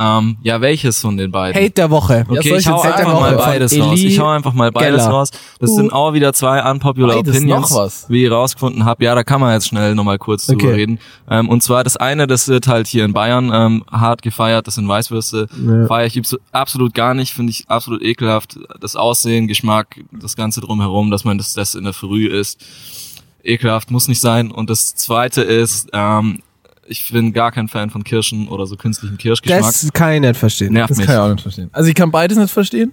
Ähm, ja, welches von den beiden? Hate der Woche. Ja, Okay, soll ich ich hau jetzt einfach sagen, mal Woche? beides Von raus. Eli Ich hau einfach mal beides Geller. raus. Das sind auch wieder zwei unpopular Beides, Opinions, noch was? wie ich rausgefunden habe. Ja, da kann man jetzt schnell nochmal kurz Okay. drüber reden. Ähm, und zwar das eine, das wird halt hier in Bayern ähm, hart gefeiert. Das sind Weißwürste. Ja. Feier ich abs- absolut gar nicht. Finde ich absolut ekelhaft. Das Aussehen, Geschmack, das Ganze drumherum, dass man das, das in der Früh isst. Ekelhaft muss nicht sein. Und das zweite ist, ähm, ich bin gar kein Fan von Kirschen oder so künstlichem Kirschgeschmack. Das kann ich nicht verstehen. nervt Das mich. kann ich auch nicht verstehen. Also ich kann beides nicht verstehen.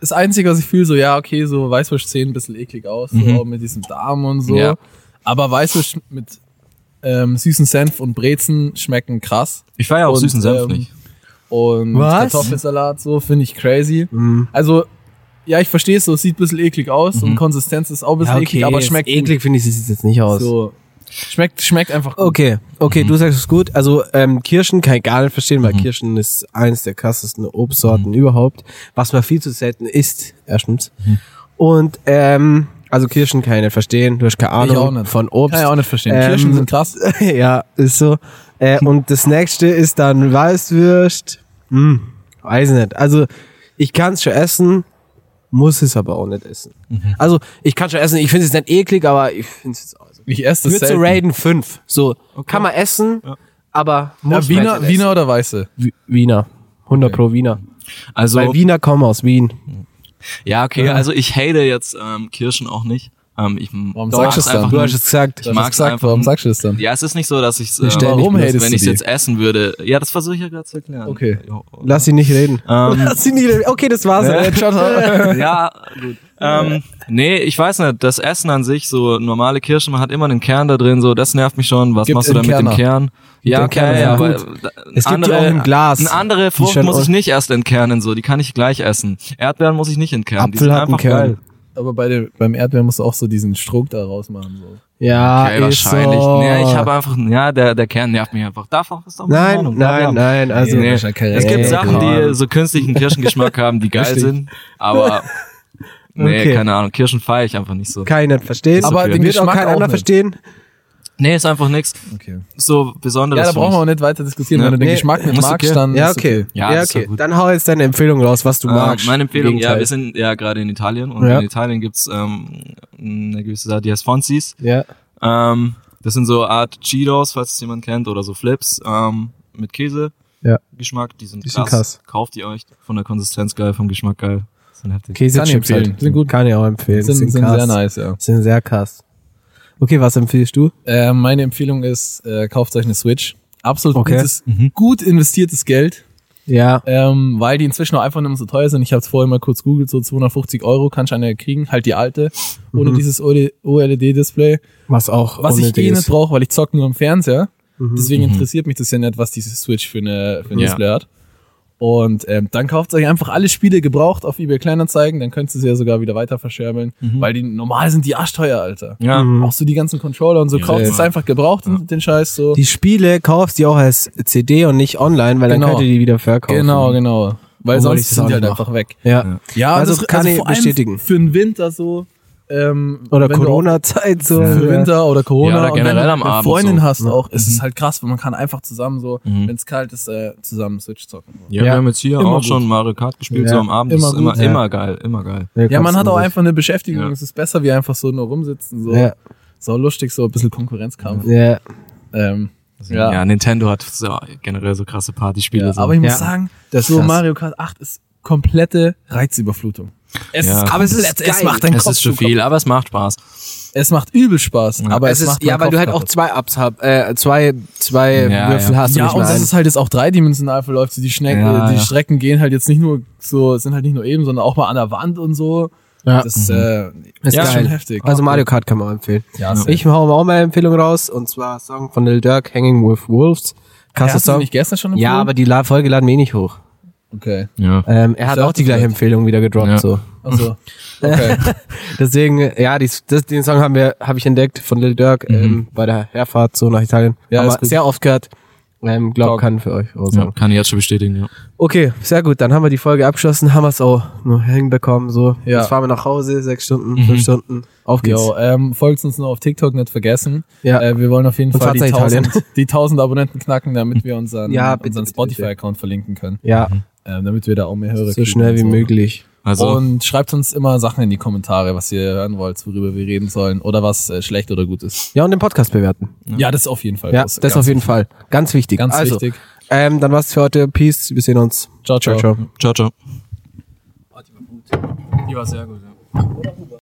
Das Einzige, was ich fühle, so ja, okay, so Weißwurst sehen ein bisschen eklig aus, so mit diesem Darm und so. Mhm. Ja. Aber Weißwurst mit ähm, süßen Senf und Brezen schmecken krass. Ich feiere auch Und, süßen Senf ähm, nicht. Und Was? Kartoffelsalat, so finde ich crazy. Mhm. Also, ja, ich verstehe es so, es sieht ein bisschen eklig aus und Konsistenz ist auch ein bisschen eklig, aber jetzt schmeckt eklig, finde ich, sieht jetzt nicht Gut. aus. So. Schmeckt, schmeckt einfach gut. Okay, okay, Mhm. du sagst es gut. Also ähm, Kirschen kann ich gar nicht verstehen, weil Kirschen ist eines der krassesten Mhm. Obstsorten überhaupt, was man viel zu selten isst, erstens. Mhm. Und ähm, also Kirschen kann ich nicht verstehen, du hast keine Ich auch Ahnung nicht. von Obst. Kann ich auch nicht verstehen. Ähm, Kirschen sind krass. *laughs* ja, ist so. Äh, und das nächste ist dann Weißwürst. Hm, weiß nicht. Also, ich kann es schon essen, muss es aber auch nicht essen. Mhm. Also, ich kann schon essen, ich finde es nicht eklig, aber ich finde es jetzt auch so. Ich esse Ich das würde selten. zu Raiden 5. So, kann man essen, aber ja, muss man Wiener, nicht essen. Wiener oder Weiße? Wi- Wiener. 100 Okay. pro Wiener. Also Weil Wiener kommen aus Wien. Ja, okay, also ich hate jetzt ähm, Kirschen auch nicht. Ähm, ich Warum Warum sagst du's dann? einfach Du nur- hast es gesagt. Ich mag's gesagt, einfach warum nicht. sagst du das dann? Ja, es ist nicht so, dass ich Ich äh, stell dich Warum bloß, hatest wenn du ich die? jetzt essen würde. Ja, das versuche ich ja gerade zu erklären. Okay. Jo, Lass ihn nicht reden. *laughs* Ähm, Lass ihn nicht reden. Okay, das war's. *laughs* Ja, ciao, ciao. ja, gut. Ähm, nee, ich weiß nicht, das Essen an sich, so normale Kirschen, man hat immer den Kern da drin, so das nervt mich schon. Was Gibt's machst du da in mit dem Kerner? Kern? Ja, den Kerner, okay, ja. aber Gut. Es gibt die auch im Glas. Eine andere Frucht schon muss aus- ich nicht erst entkernen, so die kann ich gleich essen. Erdbeeren muss ich nicht entkernen, die Apfel sind hat einen einfach Kern. geil. Aber bei dem, beim Erdbeer musst du auch so diesen Strunk da rausmachen. So. Ja, Okay, Ah, ist wahrscheinlich. So. Nee, ich habe einfach, ja, der, der Kern nervt mich einfach. Davon ist doch in Nein, Ordnung, bla, bla. nein, nein, also. Nee. das ist ja keine Es gibt Regel. Sachen, die so künstlichen Kirschengeschmack haben, die geil Richtig. sind, *laughs* aber nee, Okay. keine Ahnung, Kirschen feiere ich einfach nicht so. Kann ich nicht verstehen. Aber okay. den wird auch Geschmack kein auch anderer nicht. verstehen. Nee, ist einfach nichts Okay. so Besonderes. Ja, da für brauchen wir mich. auch nicht weiter diskutieren. Ja. Wenn du den Nee, Geschmack nicht ist magst, okay. dann Ja, ist okay. Ja, Ja, ist doch okay. gut. Dann hau jetzt deine Empfehlung raus, was du Ähm, magst. meine Empfehlung, Im ja, Gegenteil. wir sind ja gerade in Italien und Ja. in Italien gibt's ähm, eine gewisse Sache, die heißt Fonzis. Ja. Ähm, das sind so Art Cheetos, falls es jemand kennt, oder so Flips ähm, mit Käse. Ja. Geschmack, die sind, Die sind krass. Kauft ihr euch. Von der Konsistenz geil, vom Geschmack geil. Das sind heftig. Käse Kann ich Chips empfehlen. halt. Sind gut. Kann ich auch empfehlen. sind, sind, krass. sehr nice, ja. Sind sehr krass. Okay, was empfiehlst du? Äh, meine Empfehlung ist, äh, kauft euch eine Switch. Absolut Okay. Mhm. gutes, gut investiertes Geld, Ja. ähm, weil die inzwischen auch einfach nicht mehr so teuer sind. Ich habe es vorhin mal kurz googelt, so 250 Euro kannst du eine kriegen, halt die alte, Mhm. ohne dieses OLED-Display. Was auch. E Was ich eh nicht brauche, weil ich zocke nur am Fernseher. Mhm. Deswegen interessiert mich das ja nicht, was diese Switch für, eine, für ein Ja. Display hat. Und ähm, dann kauft euch einfach alle Spiele gebraucht auf eBay Kleinanzeigen, dann könntest du sie ja sogar wieder weiter verscherbeln, Mhm. weil die normal sind die arschteuer, Alter. Ja, Auch so die ganzen Controller und so, Ja. kauft es einfach gebraucht und den Scheiß so. Die Spiele kaufst du auch als CD und nicht online, weil dann Genau. könnt ihr die wieder verkaufen. genau, genau. Weil Obwohl sonst ich das auch sind die nicht halt mache. einfach weg. Ja. Ja, Also das, kann ich vor allem bestätigen. Für den Winter so. Ähm, Oder wenn du auch- Corona-Zeit so. für Winter oder Corona Ja, oder und wenn generell du am eine Abend Freundin so. Mhm. hast auch, ist Mhm. es halt krass, weil man kann einfach zusammen so, wenn es kalt ist, äh, zusammen Switch zocken. ja, Ja. wir haben jetzt hier Immer auch gut. schon Mario Kart gespielt, Ja. so am Abend. Immer das ist immer, gut. immer geil, immer geil. Ja, man hat auch einfach eine Beschäftigung, Ja. es ist besser wie einfach so nur rumsitzen, so, Ja. so lustig, so ein bisschen Konkurrenzkampf. Ja. Ähm, Ja, ja. Nintendo hat so, generell so krasse Partyspiele. Ja, so. aber ich muss Ja. sagen, Das ist so krass. Mario Kart 8 ist komplette Reizüberflutung. Es Ja. ist Aber es ist komplett- geil. es macht deinen es Kopf ist zu viel, aber es macht Spaß. Es macht übel Spaß, aber es, es ist, macht ja, meinen weil du Kopf halt auch kaputt. zwei Ups hab, äh, zwei, zwei Ja, Würfel ja. hast ja, und und nicht das nur ist halt jetzt auch dreidimensional verläuft. so Die, Schnecken, Ja, die ja. Strecken gehen halt jetzt nicht nur so, sind halt nicht nur eben, sondern auch mal an der Wand und so. Ja. Mhm. Das äh, einen. ist ja, schon heftig. Also Mario Kart kann man empfehlen. Ja, safe. ich hau auch meine Empfehlung raus und zwar Song von Lil Durk, Hanging with Wolves. hast Krasser du den Song. nicht gestern schon Ja, aber die La- Folge laden wir eh nicht hoch. Okay. Ja. Ähm, er hat Surf auch die gleiche Flight. Empfehlung wieder gedroppt. Ja. So. *laughs* Also, okay. Deswegen, äh, ja, dies, das, den Song haben wir, habe ich entdeckt von Lil Durk ähm, bei der Herfahrt so nach Italien. Mhm. Ja, Aber ist gut. sehr oft gehört. Ähm, glaub, Talk. kann für euch. auch ja. sagen. Kann ich jetzt schon bestätigen, ja. Okay, sehr gut. Dann haben wir die Folge abgeschlossen, haben wir es auch nur hinbekommen. So, Ja. jetzt fahren wir nach Hause, sechs Stunden, Mhm. fünf Stunden. Auf geht's. Yo, ähm, folgt uns nur auf TikTok, nicht vergessen. Ja. Äh, wir wollen auf jeden Und Fall fahrt die nach 1000, Italien. die 1000 Abonnenten knacken, damit wir unseren, Ja, bitte, unseren bitte, Spotify-Account verlinken können. Ja, Ähm, damit wir da auch mehr Hörer so schnell wie und so. möglich. Also, Und schreibt uns immer Sachen in die Kommentare, was ihr hören wollt, worüber wir reden sollen oder was äh, schlecht oder gut ist. Ja, und den Podcast bewerten. Ja, das auf jeden Fall. ne? Ja, Das ist das ganz auf jeden Fall. Ganz wichtig. Ganz also, wichtig. Ähm, dann war's für heute. Peace. Wir sehen uns. Ciao, ciao. ciao, ciao. Die war sehr gut, ja.